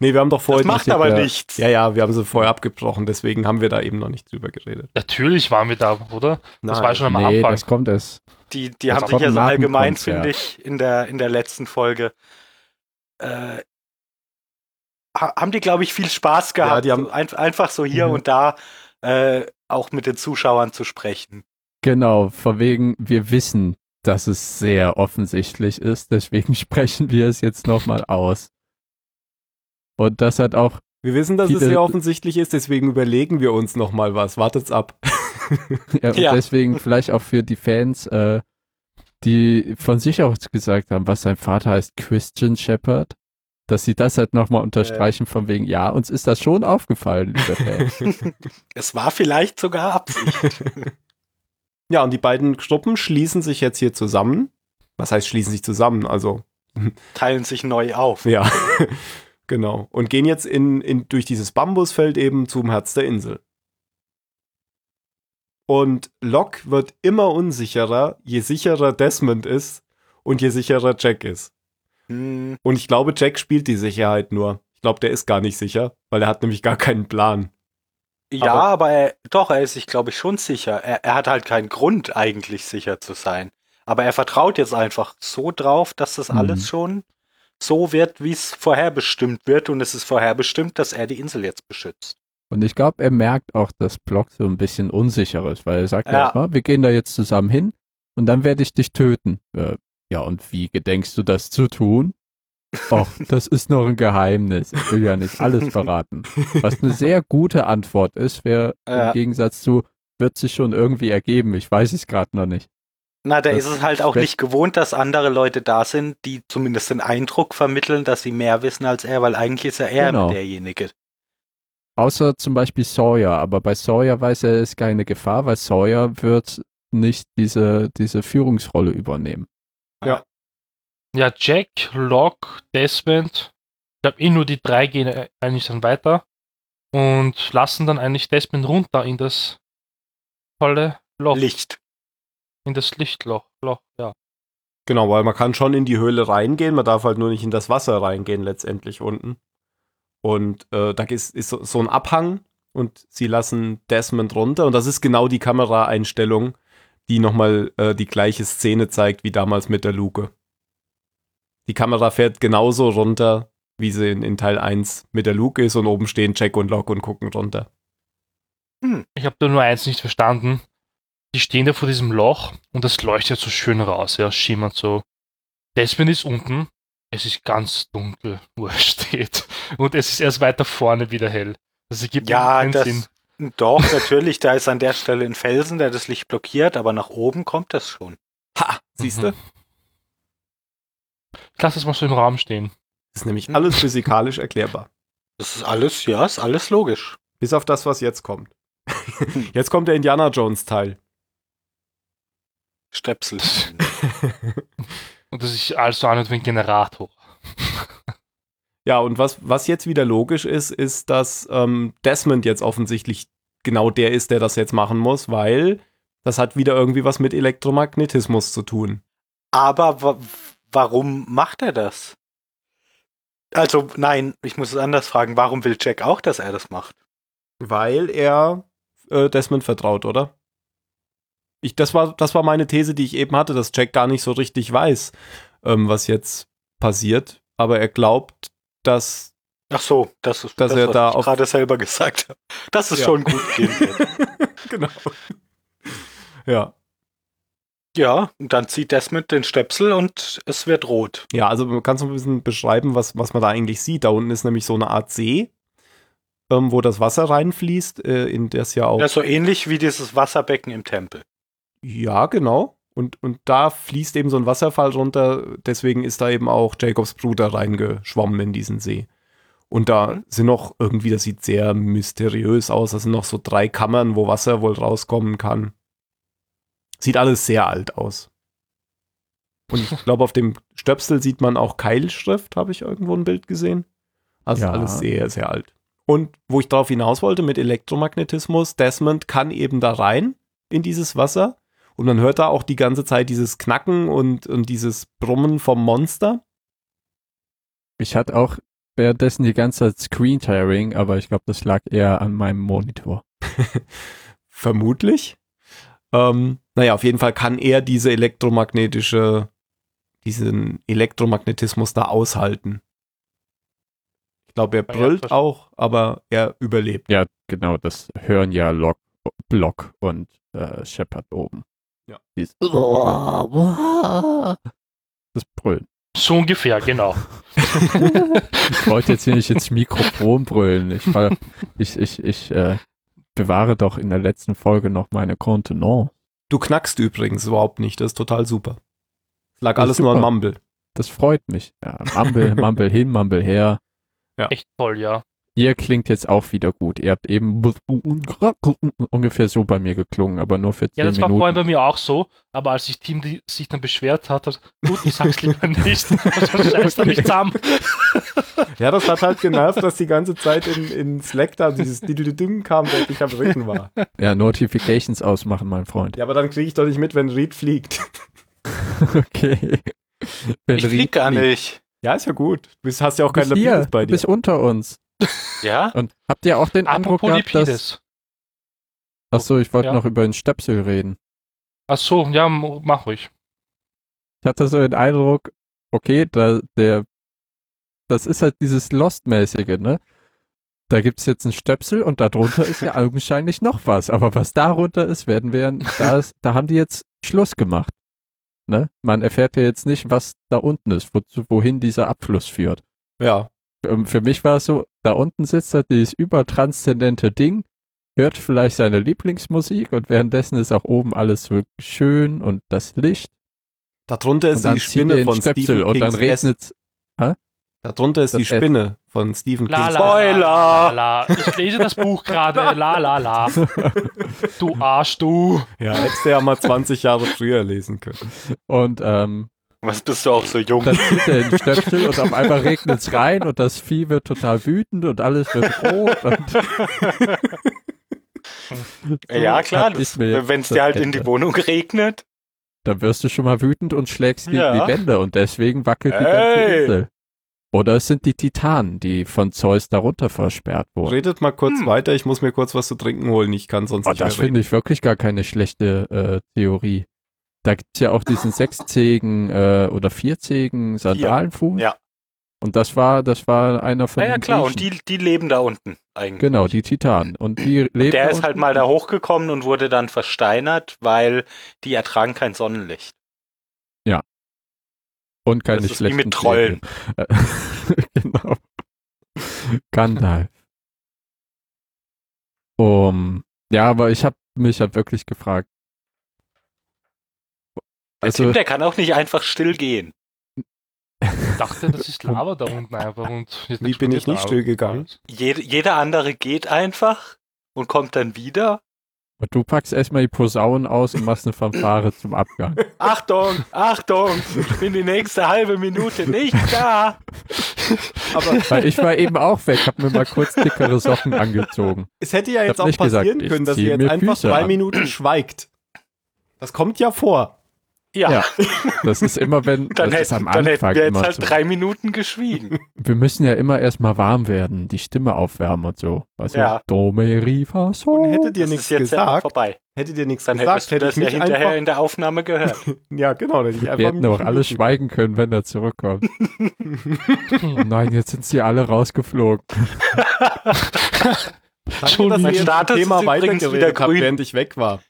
Speaker 2: Nee, wir haben doch
Speaker 3: das
Speaker 2: vorhin.
Speaker 3: macht aber
Speaker 1: ja.
Speaker 3: nichts.
Speaker 2: ja, ja, wir haben sie vorher abgebrochen, deswegen haben wir da eben noch nicht drüber geredet.
Speaker 4: natürlich waren wir da, oder? Das
Speaker 2: Nein.
Speaker 4: war schon am
Speaker 1: nee,
Speaker 4: Anfang.
Speaker 1: das kommt es.
Speaker 3: Die, die
Speaker 1: Das
Speaker 3: haben sich
Speaker 1: war
Speaker 3: ja
Speaker 1: ein
Speaker 3: so allgemein,
Speaker 1: Ladenkonzert.
Speaker 3: finde ich, in der, in der letzten Folge. Äh, ha- haben die, glaube ich, viel Spaß gehabt,
Speaker 2: die haben-
Speaker 3: so ein, einfach so hier
Speaker 1: Mhm.
Speaker 3: und da äh, auch mit den Zuschauern zu sprechen.
Speaker 1: Genau, von wegen, wir wissen, dass es sehr offensichtlich ist, deswegen sprechen wir es jetzt nochmal aus. Und das hat auch,
Speaker 2: Wir wissen, dass es
Speaker 1: Viele-
Speaker 2: sehr offensichtlich ist, deswegen überlegen wir uns nochmal was. Wartet's ab.
Speaker 1: ja, und
Speaker 3: Ja.
Speaker 1: deswegen vielleicht auch für die Fans, äh, die von sich aus gesagt haben, was sein Vater heißt, Christian Shepherd, dass sie das halt nochmal unterstreichen, von wegen, ja, uns ist das schon aufgefallen, liebe Fans.
Speaker 3: Es war vielleicht sogar Absicht.
Speaker 2: Ja, und die beiden Gruppen schließen sich jetzt hier zusammen. Was heißt schließen sich zusammen? Also,
Speaker 3: Teilen sich neu auf.
Speaker 2: ja. Genau. Und gehen jetzt in, in, durch dieses Bambusfeld eben zum Herz der Insel. Und Locke wird immer unsicherer, je sicherer Desmond ist und je sicherer Jack ist.
Speaker 3: Hm,
Speaker 2: Und ich glaube, Jack spielt die Sicherheit nur. Ich glaube, der ist gar nicht sicher, weil er hat nämlich gar keinen Plan.
Speaker 3: ja, aber, er, doch, er ist sich, glaube ich, schon sicher. Er, er hat halt keinen Grund, eigentlich sicher zu sein. Aber er vertraut jetzt einfach so drauf, dass das
Speaker 1: Mhm.
Speaker 3: alles schon so wird, wie es vorherbestimmt wird. Und es ist vorherbestimmt, dass er die Insel jetzt beschützt.
Speaker 1: Und ich glaube, er merkt auch, dass Block so ein bisschen unsicher ist, weil er sagt
Speaker 3: Ja.
Speaker 1: ja. erstmal, wir gehen da jetzt zusammen hin und dann werde ich dich töten. Äh, ja, und wie gedenkst du das zu tun? Och, das ist noch ein Geheimnis. Ich will ja nicht alles verraten. Was eine sehr gute Antwort ist, wäre
Speaker 3: Ja.
Speaker 1: im Gegensatz zu, wird sich schon irgendwie ergeben. Ich weiß es gerade noch nicht.
Speaker 3: Na, da
Speaker 1: Das
Speaker 3: ist es halt auch
Speaker 1: wär-
Speaker 3: nicht gewohnt, dass andere Leute da sind, die zumindest den Eindruck vermitteln, dass sie mehr wissen als er, weil eigentlich ist ja er
Speaker 1: Genau.
Speaker 3: derjenige.
Speaker 1: Außer zum Beispiel Sawyer, aber bei Sawyer weiß er, es ist keine Gefahr, weil Sawyer wird nicht diese, diese Führungsrolle übernehmen.
Speaker 4: Ja, Jack, Locke, Desmond. Ich glaube eh nur die drei gehen äh, eigentlich dann weiter und lassen dann eigentlich Desmond runter in das volle Loch,
Speaker 3: Licht.
Speaker 4: in das Lichtloch. Loch, ja.
Speaker 2: Genau, weil man kann schon in die Höhle reingehen, man darf halt nur nicht in das Wasser reingehen letztendlich unten. Und äh, da ist, ist so, so ein Abhang und sie lassen Desmond runter und das ist genau die Kameraeinstellung, die nochmal äh, die gleiche Szene zeigt wie damals mit der Luke. Die Kamera fährt genauso runter, wie sie in, in Teil 1 mit der Luke ist und oben stehen Jack und Locke und gucken runter.
Speaker 4: Ich habe da nur eins nicht verstanden. Die stehen da vor diesem Loch und das leuchtet so schön raus, ja, schimmert so. Desmond ist unten, es ist ganz dunkel, wo er steht. Und es ist erst weiter vorne wieder hell. Also Das ergibt
Speaker 3: Ja,
Speaker 4: keinen
Speaker 3: das-
Speaker 4: Sinn.
Speaker 3: Doch, natürlich, da ist an der Stelle ein Felsen, der das Licht blockiert, aber nach oben kommt das schon.
Speaker 2: Ha, siehst du?
Speaker 4: Mhm. Ich lasse das mal so im Raum stehen.
Speaker 2: Ist nämlich alles physikalisch erklärbar.
Speaker 3: Das ist alles, ja, ist alles logisch.
Speaker 2: Bis auf das, was jetzt kommt. jetzt kommt der Indiana Jones Teil.
Speaker 3: Stöpsel.
Speaker 4: Und das ist also an und wie ein Generator.
Speaker 2: Ja, und was, was jetzt wieder logisch ist, ist, dass ähm, Desmond jetzt offensichtlich genau der ist, der das jetzt machen muss, weil das hat wieder irgendwie was mit Elektromagnetismus zu tun.
Speaker 3: aber wa warum macht er das? Also, nein, ich muss es anders fragen. Warum will Jack auch, dass er das macht?
Speaker 2: Weil er äh, Desmond vertraut, oder? Ich, das, war, das war meine These, die ich eben hatte, dass Jack gar nicht so richtig weiß, ähm, was jetzt passiert, aber er glaubt, dass
Speaker 3: Ach so, das ist
Speaker 2: Dass
Speaker 3: das,
Speaker 2: er
Speaker 3: was
Speaker 2: da
Speaker 3: ich
Speaker 2: auf-
Speaker 3: gerade selber gesagt habe. Dass es
Speaker 2: Ja.
Speaker 3: schon gut gehen wird.
Speaker 2: genau. Ja.
Speaker 3: Ja, und dann zieht Desmond den Stöpsel und es wird rot.
Speaker 2: Ja, also man kann so ein bisschen beschreiben, was, was man da eigentlich sieht. Da unten ist nämlich so eine Art See, ähm, wo das Wasser reinfließt, äh, in das ja auch.
Speaker 3: Das ist so Also ähnlich wie dieses Wasserbecken im Tempel.
Speaker 2: ja, genau. Und, und da fließt eben so ein Wasserfall runter. Deswegen ist da eben auch Jacobs Bruder reingeschwommen in diesen See. Und da
Speaker 3: Mhm.
Speaker 2: sind noch irgendwie, das sieht sehr mysteriös aus. Da sind noch so drei Kammern, wo Wasser wohl rauskommen kann. Sieht alles sehr alt aus. Und ich glaube, auf dem Stöpsel sieht man auch Keilschrift, habe ich irgendwo ein Bild gesehen. Also
Speaker 1: Ja.
Speaker 2: alles sehr, sehr alt. Und wo ich drauf hinaus wollte mit Elektromagnetismus, Desmond kann eben da rein in dieses Wasser. Und man hört da auch die ganze Zeit dieses Knacken und, und dieses Brummen vom Monster.
Speaker 1: Ich hatte auch währenddessen die ganze Zeit Screen Tiring, aber ich glaube, das lag eher an meinem Monitor.
Speaker 2: Vermutlich. Ähm, naja, auf jeden Fall kann er diese elektromagnetische, diesen Elektromagnetismus da aushalten. Ich glaube, er
Speaker 4: Ja, ja,
Speaker 2: brüllt
Speaker 4: verste-
Speaker 2: auch, aber er überlebt.
Speaker 1: Ja, genau, das hören ja Lock, Block und äh, Shepard oben.
Speaker 2: Ja.
Speaker 1: Dieses das Brüllen.
Speaker 4: So ungefähr, genau.
Speaker 1: Ich wollte jetzt hier nicht ins Mikrofon brüllen. Ich, ver- ich, ich, ich äh, bewahre doch in der letzten Folge noch meine Kontenance.
Speaker 2: Du knackst übrigens überhaupt nicht, das ist total super. Lag
Speaker 1: Das ist
Speaker 2: alles nur an
Speaker 1: super.
Speaker 2: Mumble.
Speaker 1: Das freut mich. Ja, Mumble, Mumble hin, Mumble her.
Speaker 4: Echt toll, ja.
Speaker 1: Ihr klingt jetzt auch wieder gut. Ihr habt eben ungefähr so bei mir geklungen, aber nur für 10
Speaker 4: Ja, das war
Speaker 1: Minuten.
Speaker 4: vorhin bei mir auch so, aber als sich Team die sich dann beschwert hat, hat gut, ich sag's lieber nicht, Also, das scheißt er mich zusammen.
Speaker 2: Ja, das hat halt genervt, dass die ganze Zeit in, in Slack da dieses Diddle-Ding kam, während ich am Rücken war.
Speaker 1: ja, Notifications ausmachen, mein Freund.
Speaker 2: Ja, aber dann kriege ich doch nicht mit, wenn Reed fliegt.
Speaker 1: Okay. Wenn
Speaker 3: Ich flieg
Speaker 1: Ried
Speaker 3: gar
Speaker 1: fliegt.
Speaker 3: nicht.
Speaker 2: Ja, ist ja gut. Du bist- hast ja auch
Speaker 1: Du
Speaker 2: kein
Speaker 1: bist hier,
Speaker 2: Lapides bei
Speaker 1: du bist
Speaker 2: dir.
Speaker 1: unter uns.
Speaker 3: Ja?
Speaker 1: Und habt ihr auch den Eindruck
Speaker 4: Apropos
Speaker 1: gehabt, dass...
Speaker 4: Lipides.
Speaker 1: Achso, ich wollte
Speaker 4: Ja.
Speaker 1: noch über den Stöpsel reden.
Speaker 4: Ach so, ja, m- mach ruhig.
Speaker 1: Ich hatte so den Eindruck, okay, da, der, das ist halt dieses Lost-mäßige, ne? Da gibt's jetzt einen Stöpsel und darunter ist ja augenscheinlich noch was. Aber was darunter ist, werden wir, da, ist, da haben die jetzt Schluss gemacht. Ne? Man erfährt ja jetzt nicht, was da unten ist, wozu, wohin dieser Abfluss führt.
Speaker 2: Ja.
Speaker 1: Ähm, Für mich war es so, da unten sitzt halt dieses übertranszendente Ding, hört vielleicht seine Lieblingsmusik und währenddessen ist auch oben alles wirklich schön und das Licht.
Speaker 2: Darunter
Speaker 1: Und
Speaker 2: ist
Speaker 1: dann
Speaker 2: die
Speaker 1: zieht er
Speaker 2: Spinne
Speaker 1: den
Speaker 2: von
Speaker 1: Stöpsel
Speaker 2: Stephen
Speaker 1: und dann
Speaker 2: Kings Essen.
Speaker 1: regnet
Speaker 2: Darunter ist
Speaker 1: das
Speaker 2: die
Speaker 1: Essen.
Speaker 2: Spinne von Stephen
Speaker 4: La,
Speaker 2: Kings.
Speaker 4: la,
Speaker 2: Spoiler!
Speaker 4: La, la, la. Ich lese das Buch gerade. La la la. Du Arsch, du.
Speaker 2: Ja, hättest du ja mal 20 Jahre früher lesen können.
Speaker 1: und ähm,
Speaker 3: Was bist du auch so jung?
Speaker 1: dann zieht er den Stöpsel und auf einmal regnet es rein und das Vieh wird total wütend und alles wird rot und
Speaker 3: ja, klar.
Speaker 1: hab ich mir
Speaker 3: Wenn es
Speaker 1: jetzt
Speaker 3: dir halt in die
Speaker 1: gedacht.
Speaker 3: Wohnung regnet.
Speaker 1: dann wirst du schon mal wütend und schlägst gegen
Speaker 3: Ja.
Speaker 1: die Wände und deswegen wackelt die ganze
Speaker 3: Ey.
Speaker 1: Insel. Oder es sind die Titanen, die von Zeus darunter versperrt wurden.
Speaker 2: Redet mal kurz
Speaker 3: Hm.
Speaker 2: weiter, ich muss mir kurz was zu trinken holen, ich kann sonst
Speaker 1: Oh,
Speaker 2: nicht mehr
Speaker 1: das finde ich wirklich gar keine schlechte äh, Theorie. Da gibt's ja auch diesen sechszähigen äh, oder vierzähigen Sandalenfuß.
Speaker 3: ja.
Speaker 1: Und das war, das war einer von
Speaker 3: Ja, ja,
Speaker 1: den
Speaker 3: klar. Und
Speaker 1: Griechen.
Speaker 3: die, die leben da unten eigentlich.
Speaker 1: Genau, die Titanen. Und die leben
Speaker 3: Der ist
Speaker 1: unten.
Speaker 3: halt mal da hochgekommen und wurde dann versteinert, weil die ertragen kein Sonnenlicht.
Speaker 1: Und keine
Speaker 3: Das ist wie
Speaker 1: schlechten
Speaker 3: mit Trollen.
Speaker 1: Serien. Äh, genau. Gandalf. Um, ja, aber ich habe mich halt wirklich gefragt.
Speaker 3: Der
Speaker 1: Also,
Speaker 3: Tim, der kann auch nicht einfach still gehen.
Speaker 4: Ich dachte, das ist Lava da unten einfach. Und jetzt
Speaker 2: Wie bin ich nicht
Speaker 4: explodiert Lava.
Speaker 2: still gegangen?
Speaker 3: Jed, jeder andere geht einfach und kommt dann wieder.
Speaker 1: du packst erstmal die Posaunen aus und machst eine Fanfare zum Abgang.
Speaker 3: Achtung, Achtung, ich bin die nächste halbe Minute nicht da.
Speaker 2: Aber
Speaker 1: Weil ich war eben auch weg, hab mir mal kurz dickere Socken angezogen.
Speaker 2: es hätte ja
Speaker 1: Ich
Speaker 2: jetzt
Speaker 1: hab
Speaker 2: auch
Speaker 1: nicht gesagt,
Speaker 2: passieren
Speaker 1: ich
Speaker 2: können, dass
Speaker 1: zieh
Speaker 2: ihr
Speaker 1: mir
Speaker 2: jetzt einfach
Speaker 1: Füße
Speaker 2: zwei
Speaker 1: an.
Speaker 2: Minuten schweigt. Das kommt ja vor.
Speaker 3: Ja,
Speaker 1: Ja, Das ist immer, wenn
Speaker 3: dann,
Speaker 1: das ist
Speaker 3: hätten,
Speaker 1: am
Speaker 3: dann hätten
Speaker 1: Anfang
Speaker 3: wir jetzt
Speaker 1: immer
Speaker 3: halt
Speaker 1: so.
Speaker 3: drei Minuten geschwiegen.
Speaker 1: Wir müssen ja immer erstmal warm werden, die Stimme aufwärmen und so. Weißt
Speaker 3: Ja.
Speaker 1: du? Do, me, ri, fa, so.
Speaker 2: Und hättet ihr
Speaker 3: Uh, das
Speaker 2: nichts
Speaker 3: ist jetzt ja auch
Speaker 2: gesagt,
Speaker 3: vorbei.
Speaker 2: hättet ihr nichts
Speaker 3: Dann
Speaker 2: gesagt,
Speaker 3: hättest du
Speaker 2: hätte
Speaker 3: das
Speaker 2: ich
Speaker 3: ja
Speaker 2: mich
Speaker 3: hinterher
Speaker 2: einfach...
Speaker 3: in der Aufnahme gehört.
Speaker 2: Ja, genau, dann hätte ich einfach...
Speaker 1: Wir hätten
Speaker 2: mich-
Speaker 1: auch alle schweigen können, wenn er zurückkommt. Oh nein, jetzt sind sie alle rausgeflogen.
Speaker 2: Danke, dass
Speaker 4: Mein
Speaker 2: ihr jetzt
Speaker 3: Status
Speaker 2: das
Speaker 3: ist
Speaker 2: Thema
Speaker 3: übrigens wieder
Speaker 2: weitergeredet habt,
Speaker 3: grün.
Speaker 2: während ich weg war.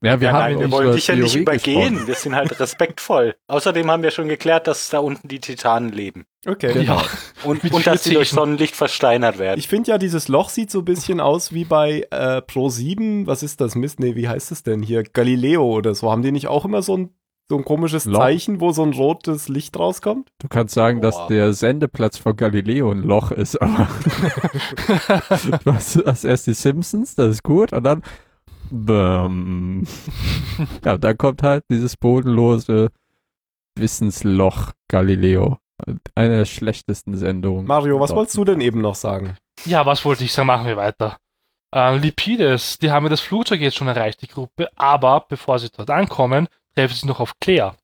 Speaker 1: Ja, wir
Speaker 2: Ja,
Speaker 1: haben
Speaker 2: nein,
Speaker 1: in
Speaker 3: Wir
Speaker 1: unserer
Speaker 3: wollen dich ja nicht
Speaker 1: Theorie
Speaker 3: übergehen.
Speaker 1: gesprochen.
Speaker 3: Wir sind halt respektvoll. Außerdem haben wir schon geklärt, dass da unten die Titanen leben.
Speaker 2: Okay.
Speaker 4: Ja,
Speaker 3: Und,
Speaker 4: Mit
Speaker 3: und dass sie
Speaker 4: 40.
Speaker 3: durch Sonnenlicht versteinert
Speaker 4: Ähm,
Speaker 3: werden.
Speaker 2: Ich finde ja, dieses Loch sieht so ein bisschen aus wie bei äh, Pro7. Was ist das? Mist, nee, wie heißt es denn hier? Galileo oder so. Haben die nicht auch immer so ein, so ein komisches
Speaker 1: Loch?
Speaker 2: Zeichen, wo so ein rotes Licht rauskommt?
Speaker 1: Du kannst sagen, dass
Speaker 3: Boah.
Speaker 1: der Sendeplatz von Galileo ein Loch ist, aber du hast, hast erst die Simpsons, das ist gut, und dann bäm. ja, und dann kommt halt dieses bodenlose Wissensloch Galileo. Eine der schlechtesten Sendungen.
Speaker 2: Mario, was wolltest du denn eben noch sagen?
Speaker 4: ja, was wollte ich sagen? Machen wir weiter. Äh, Lipides, die haben ja das Flugzeug jetzt schon erreicht, die Gruppe, aber bevor sie dort ankommen, treffen sie noch auf Claire.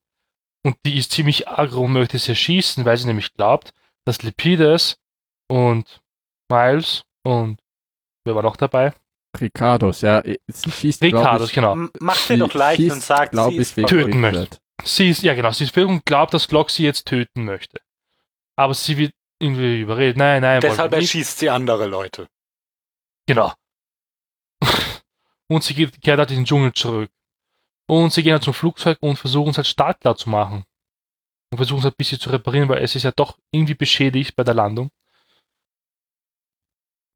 Speaker 4: Und die ist ziemlich agro und möchte sie erschießen, weil sie nämlich glaubt, dass Lipides und Miles und wer war noch dabei?
Speaker 1: Ricardos, ja, sie schießt, glaub
Speaker 4: Ricardo,
Speaker 1: ich,
Speaker 4: genau.
Speaker 3: M- Macht dir
Speaker 1: sie
Speaker 3: doch leicht
Speaker 1: schießt,
Speaker 3: und sagt,
Speaker 1: glaub
Speaker 3: sie
Speaker 1: ich,
Speaker 3: ist
Speaker 1: wegen
Speaker 4: töten
Speaker 1: Rückgrat.
Speaker 4: möchte. Sie ist, ja genau, sie ist und glaubt, dass Glock sie jetzt töten möchte. Aber sie wird irgendwie überredet. Nein, nein, wollen
Speaker 3: Deshalb
Speaker 4: wir nicht.
Speaker 3: erschießt sie andere Leute.
Speaker 4: Genau. Und sie geht, kehrt halt in den Dschungel zurück. Und sie gehen halt zum Flugzeug und versuchen es halt startklar zu machen. Und versuchen es halt ein bisschen zu reparieren, weil es ist ja doch irgendwie beschädigt bei der Landung.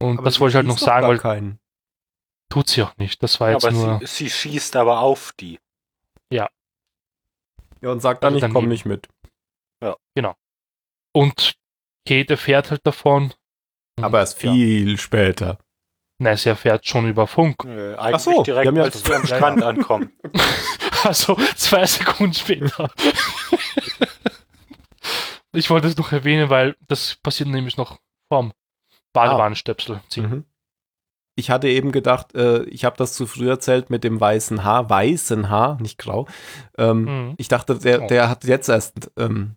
Speaker 4: Und das
Speaker 2: sie
Speaker 4: wollte ich halt noch
Speaker 2: schießt doch
Speaker 4: sagen,
Speaker 2: gar
Speaker 4: weil
Speaker 2: keinen.
Speaker 4: tut sie auch nicht. Das war jetzt
Speaker 3: Aber
Speaker 4: nur.
Speaker 3: sie, sie schießt aber auf die.
Speaker 2: Ja, und sagt dann,
Speaker 4: Also
Speaker 2: ich komme
Speaker 4: daneben.
Speaker 2: nicht mit.
Speaker 4: Und Kate erfährt halt davon
Speaker 2: Aber erst
Speaker 4: Ja.
Speaker 2: viel später.
Speaker 4: Nein, sie erfährt schon über Funk.
Speaker 3: Äh,
Speaker 2: Ach
Speaker 3: eigentlich
Speaker 2: so,
Speaker 3: direkt,
Speaker 2: wir haben ja-
Speaker 3: als wir am Strand ankommen.
Speaker 4: Also zwei Sekunden später. ich wollte es noch erwähnen, weil das passiert nämlich noch vorm Badewannenstöpsel ziehen.
Speaker 2: Ah. Mhm. Ich hatte eben gedacht, äh, ich habe das zu früh erzählt mit dem weißen Haar, weißen Haar, nicht grau. Ähm,
Speaker 4: Mhm.
Speaker 2: Ich dachte, der, der hat jetzt erst ähm,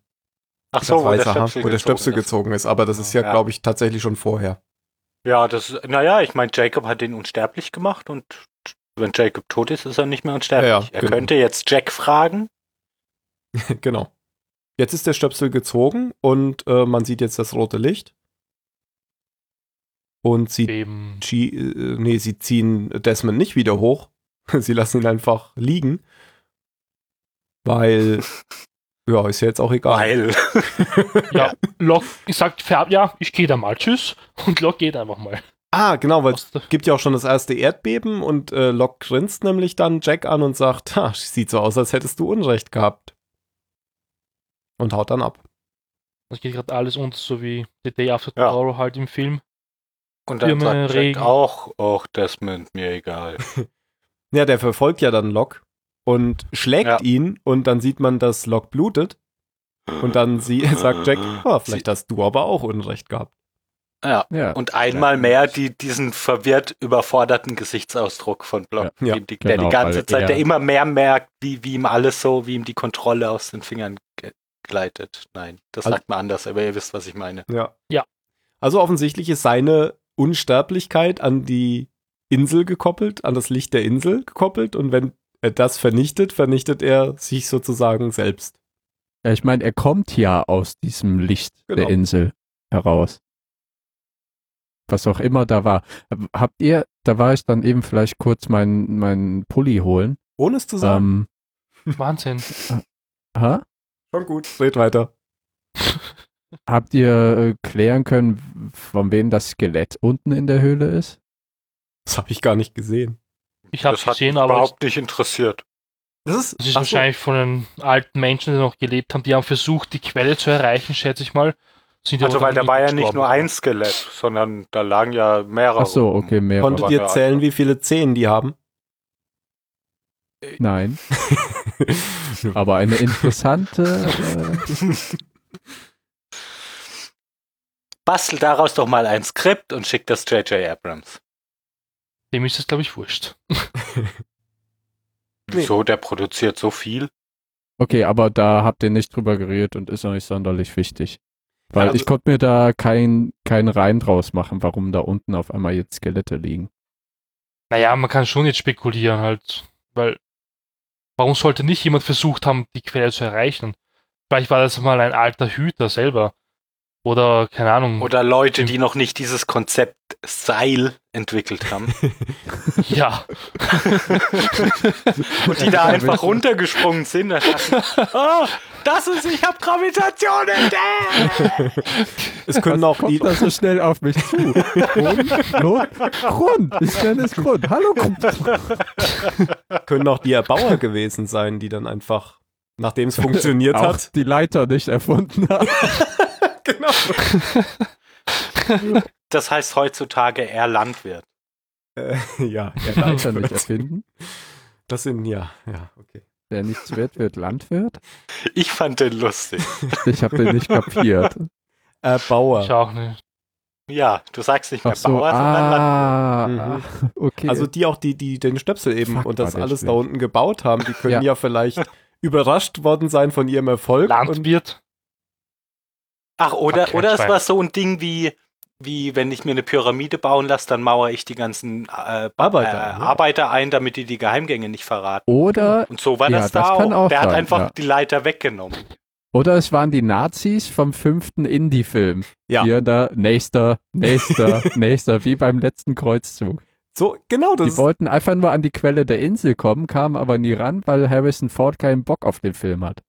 Speaker 3: Ach so,
Speaker 2: das
Speaker 3: wo der
Speaker 2: weiße Haar,
Speaker 3: Stöpsel,
Speaker 2: wo der Stöpsel
Speaker 3: gezogen ist.
Speaker 2: gezogen ist. Aber das ist ja,
Speaker 3: Ja.
Speaker 2: glaube ich, tatsächlich schon vorher.
Speaker 3: Ja, das ist, naja, ich meine, Jacob hat ihn unsterblich gemacht und wenn Jacob tot ist, ist er nicht mehr unsterblich.
Speaker 2: Ja, ja,
Speaker 3: er
Speaker 2: genau.
Speaker 3: könnte jetzt Jack fragen.
Speaker 2: genau. Jetzt ist der Stöpsel gezogen und äh, man sieht jetzt das rote Licht. Und sie
Speaker 4: Eben.
Speaker 2: G äh, nee, sie ziehen Desmond nicht wieder hoch. Sie lassen ihn einfach liegen. Weil, ja, ist ja jetzt auch egal.
Speaker 3: Weil.
Speaker 4: Ja, Lok sagt Färb, ja, ich gehe da mal, tschüss. Und Lok geht einfach mal.
Speaker 2: Ah, genau, weil es
Speaker 4: Aus der-
Speaker 2: gibt ja auch schon das erste Erdbeben und äh, Locke grinst nämlich dann Jack an und sagt, ha, sieht so aus, als hättest du Unrecht gehabt. Und haut dann ab.
Speaker 4: Das geht gerade alles unter, so wie The Day After
Speaker 3: Ja.
Speaker 4: Tomorrow halt im Film.
Speaker 3: Und dann
Speaker 4: Stürme,
Speaker 3: sagt Jack
Speaker 4: Regen.
Speaker 3: auch, auch Desmond, mir egal.
Speaker 2: Ja, der verfolgt ja dann Locke und schlägt
Speaker 3: Ja.
Speaker 2: ihn und dann sieht man, dass Locke blutet. Und dann sie, sagt Jack, ah, vielleicht hast du aber auch Unrecht gehabt.
Speaker 3: Ja.
Speaker 1: Ja.
Speaker 3: Und einmal mehr die, diesen verwirrt überforderten Gesichtsausdruck von Block,
Speaker 2: Ja, ja,
Speaker 3: die, der
Speaker 1: genau,
Speaker 3: die ganze
Speaker 1: weil
Speaker 3: Zeit, der
Speaker 1: er-
Speaker 3: immer mehr merkt, wie, wie ihm alles so, wie ihm die Kontrolle aus den Fingern ge- gleitet. Nein, das
Speaker 2: Also-
Speaker 3: sagt man anders, aber ihr wisst, was ich meine.
Speaker 2: Ja.
Speaker 4: Ja.
Speaker 2: Also offensichtlich ist seine Unsterblichkeit an die Insel gekoppelt, an das Licht der Insel gekoppelt. Und wenn er das vernichtet, vernichtet er sich sozusagen selbst.
Speaker 1: Ja, ich meine, er kommt ja aus diesem Licht
Speaker 2: Genau.
Speaker 1: der Insel heraus. Was auch immer da war. Habt ihr, da war ich dann eben vielleicht kurz meinen meinen Pulli holen.
Speaker 2: Ohne es zu sagen.
Speaker 1: Ähm,
Speaker 4: Wahnsinn.
Speaker 1: ha?
Speaker 2: Schon gut. Red weiter.
Speaker 1: Habt ihr äh, klären können, von wem das Skelett unten in der Höhle ist?
Speaker 2: Das habe ich gar nicht gesehen.
Speaker 4: Ich habe
Speaker 3: das hat
Speaker 4: gesehen,
Speaker 3: mich
Speaker 4: aber es-
Speaker 3: überhaupt nicht interessiert.
Speaker 2: Das ist,
Speaker 4: das ist
Speaker 2: ach so.
Speaker 4: wahrscheinlich von den alten Menschen, die noch gelebt haben. Die haben versucht, die Quelle zu erreichen, schätze ich mal. Sind
Speaker 3: Also,
Speaker 4: aber
Speaker 3: weil
Speaker 4: dann
Speaker 3: da war ja nicht
Speaker 4: gestorben.
Speaker 3: nur ein Skelett, sondern da lagen ja mehrere.
Speaker 1: Ach so,
Speaker 3: rum.
Speaker 1: okay, mehr.
Speaker 2: Genau. Konntet
Speaker 3: aber-
Speaker 2: ihr zählen, wie viele Zehen die haben?
Speaker 1: Nein, aber eine interessante. Äh,
Speaker 3: Bastel daraus doch mal ein Skript und schick das J.J. Abrams.
Speaker 4: Dem ist es, glaube ich, wurscht.
Speaker 2: Nee.
Speaker 3: So, der produziert so viel.
Speaker 1: okay, aber da habt ihr nicht drüber geredet und ist auch nicht sonderlich wichtig. Weil
Speaker 2: Also-
Speaker 1: ich konnte mir da keinen kein Rein draus machen, warum da unten auf einmal jetzt Skelette liegen.
Speaker 4: Naja, man kann schon jetzt spekulieren halt, weil warum sollte nicht jemand versucht haben, die Quelle zu erreichen? Vielleicht war das mal ein alter Hüter selber. Oder, keine
Speaker 1: Mhm.
Speaker 4: Ahnung.
Speaker 3: Oder Leute, die noch nicht dieses Konzept Seil entwickelt haben.
Speaker 4: ja.
Speaker 3: Und die da einfach runtergesprungen sind. Da dachten, oh, das ist, ich hab Gravitation entdeckt.
Speaker 2: es können auch die,
Speaker 1: Also, so schnell auf mich zu? Grund? Grund? Ich nenne es Grund. Hallo Grund.
Speaker 2: können auch die Erbauer gewesen sein, die dann einfach, nachdem es funktioniert
Speaker 1: Auch
Speaker 2: hat,
Speaker 1: die Leiter nicht erfunden haben.
Speaker 2: genau.
Speaker 3: Das heißt heutzutage eher Landwirt.
Speaker 2: Äh, ja, ja,
Speaker 1: Leiter nicht erfinden.
Speaker 2: Das sind, ja, ja, okay.
Speaker 1: Der nichts wird, wird Landwirt.
Speaker 3: Ich fand den lustig.
Speaker 1: Ich habe den nicht kapiert.
Speaker 2: Erbauer.
Speaker 4: Ich auch nicht.
Speaker 3: Ja, du sagst nicht mehr
Speaker 1: Ach so,
Speaker 3: Bauer, Mhm. sondern Landwirt.
Speaker 1: ah,
Speaker 2: Mhm.
Speaker 1: ah, okay.
Speaker 2: Also die auch, die, die den Stöpsel eben
Speaker 1: Fuck,
Speaker 2: und das
Speaker 1: war der
Speaker 2: alles da
Speaker 1: schlecht.
Speaker 2: unten gebaut haben, die können ja,
Speaker 1: Ja.
Speaker 2: vielleicht überrascht worden sein von ihrem Erfolg. Und
Speaker 4: Landwirt.
Speaker 3: Ach, oder,
Speaker 4: Fuck,
Speaker 3: oder es
Speaker 4: Schwein.
Speaker 3: war so ein Ding wie, wie wenn ich mir eine Pyramide bauen lasse, dann mauere ich die ganzen äh, äh,
Speaker 2: Arbeiter. ja.
Speaker 3: Arbeiter ein, damit die die Geheimgänge nicht verraten.
Speaker 1: oder,
Speaker 3: Und so war
Speaker 1: ne? Ja,
Speaker 3: das
Speaker 1: das
Speaker 3: da
Speaker 1: kann
Speaker 3: auch.
Speaker 1: auch
Speaker 3: Der hat
Speaker 1: sein,
Speaker 3: einfach
Speaker 1: ja.
Speaker 3: die Leiter weggenommen.
Speaker 1: oder es waren die Nazis vom fünften Indie-Film.
Speaker 2: Ja.
Speaker 1: Hier, da, nächster, nächster, nächster, wie beim letzten Kreuzzug.
Speaker 2: So, genau, das
Speaker 1: Die
Speaker 2: ist,
Speaker 1: wollten einfach nur an die Quelle der Insel kommen, kamen aber nie ran, weil Harrison Ford keinen Bock auf den Film hat.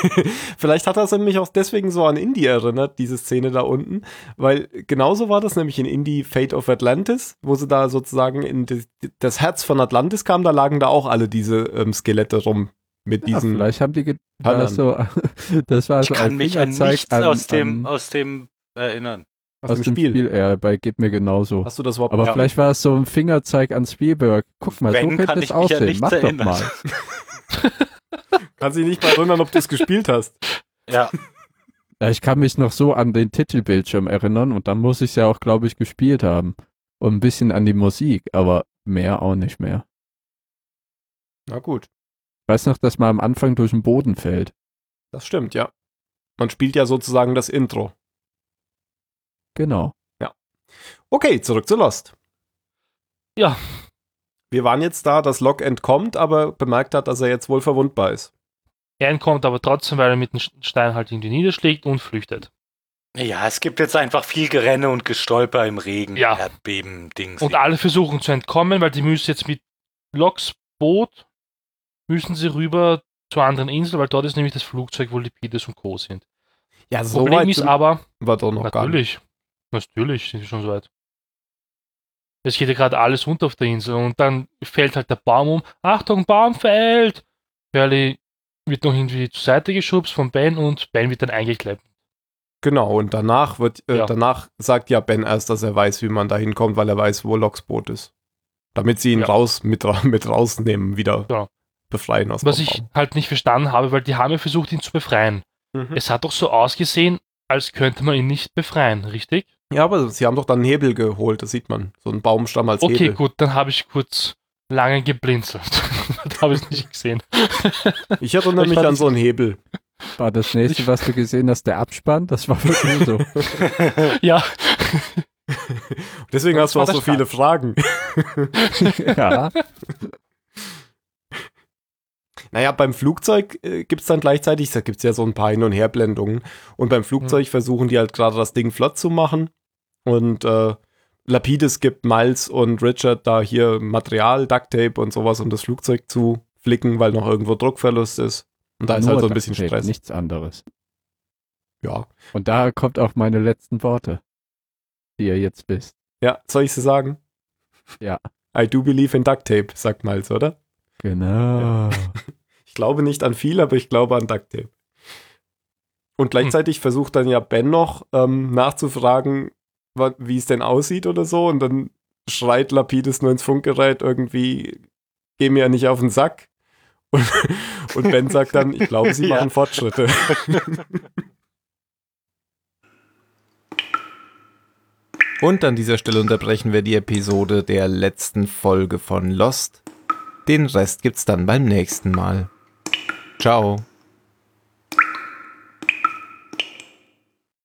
Speaker 2: vielleicht hat das nämlich auch deswegen so an Indie erinnert, diese Szene da unten, weil genauso war das nämlich in Indie Fate of Atlantis, wo sie da sozusagen in die, das Herz von Atlantis kamen, da lagen da auch alle diese ähm, Skelette rum mit
Speaker 1: Ja,
Speaker 2: diesen
Speaker 1: vielleicht haben die ge
Speaker 2: Hallern.
Speaker 1: das, so, das war
Speaker 3: Ich
Speaker 1: so
Speaker 3: kann
Speaker 1: ein
Speaker 3: mich an ähm,
Speaker 1: Fingerzeig
Speaker 3: nichts aus dem, aus dem erinnern.
Speaker 1: aus, dem Spiel. Ja, bei Geht mir genauso.
Speaker 2: Hast du das überhaupt
Speaker 1: Aber
Speaker 3: Ja.
Speaker 1: vielleicht war es so ein Fingerzeig an Spielberg. Guck mal,
Speaker 3: Wenn,
Speaker 1: so könnte
Speaker 3: kann
Speaker 1: es
Speaker 3: ich mich ja
Speaker 1: aussehen.
Speaker 3: nicht
Speaker 1: Mach doch
Speaker 3: erinnern.
Speaker 1: mal.
Speaker 2: Kannst dich nicht mal erinnern, ob du es gespielt hast.
Speaker 3: Ja,
Speaker 1: Ja, ich kann mich noch so an den Titelbildschirm erinnern und dann muss ich es ja auch, glaube ich, gespielt haben. Und ein bisschen an die Musik, aber mehr auch nicht mehr.
Speaker 2: Na gut,
Speaker 1: Ich weiß noch, dass man am Anfang durch den Boden fällt.
Speaker 2: das stimmt, ja. Man spielt ja sozusagen das Intro.
Speaker 1: Genau.
Speaker 2: Okay, zurück zu Lost.
Speaker 4: Ja.
Speaker 2: Wir waren jetzt da, dass Locke entkommt, aber bemerkt hat, dass er jetzt wohl verwundbar ist.
Speaker 4: Er entkommt aber trotzdem, weil er mit dem Stein halt irgendwie niederschlägt und flüchtet.
Speaker 3: ja, es gibt jetzt einfach viel Gerenne und Gestolper im Regen,
Speaker 4: Ja.
Speaker 3: Erdbeben, Dings.
Speaker 4: Und alle versuchen zu entkommen, weil die müssen jetzt mit Locks Boot müssen sie rüber zur anderen Insel, weil dort ist nämlich das Flugzeug, wo Lipides und Co. sind.
Speaker 2: Ja,
Speaker 4: Das Problem ist aber,
Speaker 2: war doch noch gar nicht.
Speaker 4: natürlich, natürlich sind sie schon so weit. Es geht ja gerade alles unter auf der Insel und dann fällt halt der Baum um. Achtung, Baum fällt! Hurley wird noch irgendwie zur Seite geschubst von Ben und Ben wird dann eingeklemmt.
Speaker 2: Genau, und danach wird, äh,
Speaker 4: Ja.
Speaker 2: danach sagt ja Ben erst, dass er weiß, wie man da hinkommt, weil er weiß, wo Locks Boot ist. Damit sie ihn
Speaker 4: Ja.
Speaker 2: raus mit, ra- mit rausnehmen, wieder
Speaker 4: Ja.
Speaker 2: befreien aus
Speaker 4: Was
Speaker 2: dem
Speaker 4: ich
Speaker 2: Baum.
Speaker 4: halt nicht verstanden habe, weil die haben ja versucht, ihn zu befreien. Es hat doch so ausgesehen, als könnte man ihn nicht befreien, richtig?
Speaker 2: Ja, aber sie haben doch dann einen Hebel geholt, das sieht man. So einen Baumstamm als
Speaker 4: Okay,
Speaker 2: Hebel.
Speaker 4: gut, dann habe ich kurz lange geblinzelt. da habe ich es nicht gesehen.
Speaker 2: Ich erinnere
Speaker 4: Ich
Speaker 2: mich
Speaker 4: fand
Speaker 2: an
Speaker 4: es-
Speaker 2: so einen Hebel.
Speaker 1: War das nächste, was du gesehen hast, der Abspann? Das war wirklich so.
Speaker 4: ja,
Speaker 2: Deswegen hast
Speaker 4: Das
Speaker 2: du
Speaker 4: war
Speaker 2: auch
Speaker 4: der
Speaker 2: so viele Fragen.
Speaker 1: ja.
Speaker 2: Naja, beim Flugzeug äh, gibt es dann gleichzeitig, da gibt es ja so ein paar Hin- und Herblendungen. Und beim Flugzeug
Speaker 1: Hm.
Speaker 2: versuchen die halt gerade das Ding flott zu machen. Und äh, Lapides gibt Miles und Richard da hier Material, Ducktape und sowas, um das Flugzeug zu flicken, weil noch irgendwo Druckverlust ist. Und da ist
Speaker 1: Nur
Speaker 2: halt so ein
Speaker 1: das
Speaker 2: bisschen
Speaker 1: fehlt,
Speaker 2: Stress.
Speaker 1: Nichts anderes.
Speaker 2: Ja.
Speaker 1: Und da kommt auch meine letzten Worte, die ihr jetzt wisst.
Speaker 2: ja, soll ich sie sagen?
Speaker 1: Ja.
Speaker 2: I do believe in Ducktape, sagt Miles, oder?
Speaker 1: Genau.
Speaker 2: Ich glaube nicht an viel, aber ich glaube an Ducktape. Und gleichzeitig versucht dann ja Ben noch ähm, nachzufragen, wa- wie es denn aussieht oder so. Und dann schreit Lapidus nur ins Funkgerät irgendwie, geh mir ja nicht auf den Sack. Und, und Ben sagt dann, ich glaube, sie
Speaker 3: Ja.
Speaker 2: machen Fortschritte.
Speaker 5: Und an dieser Stelle unterbrechen wir die Episode der letzten Folge von Lost. Den Rest gibt's dann beim nächsten Mal. Ciao.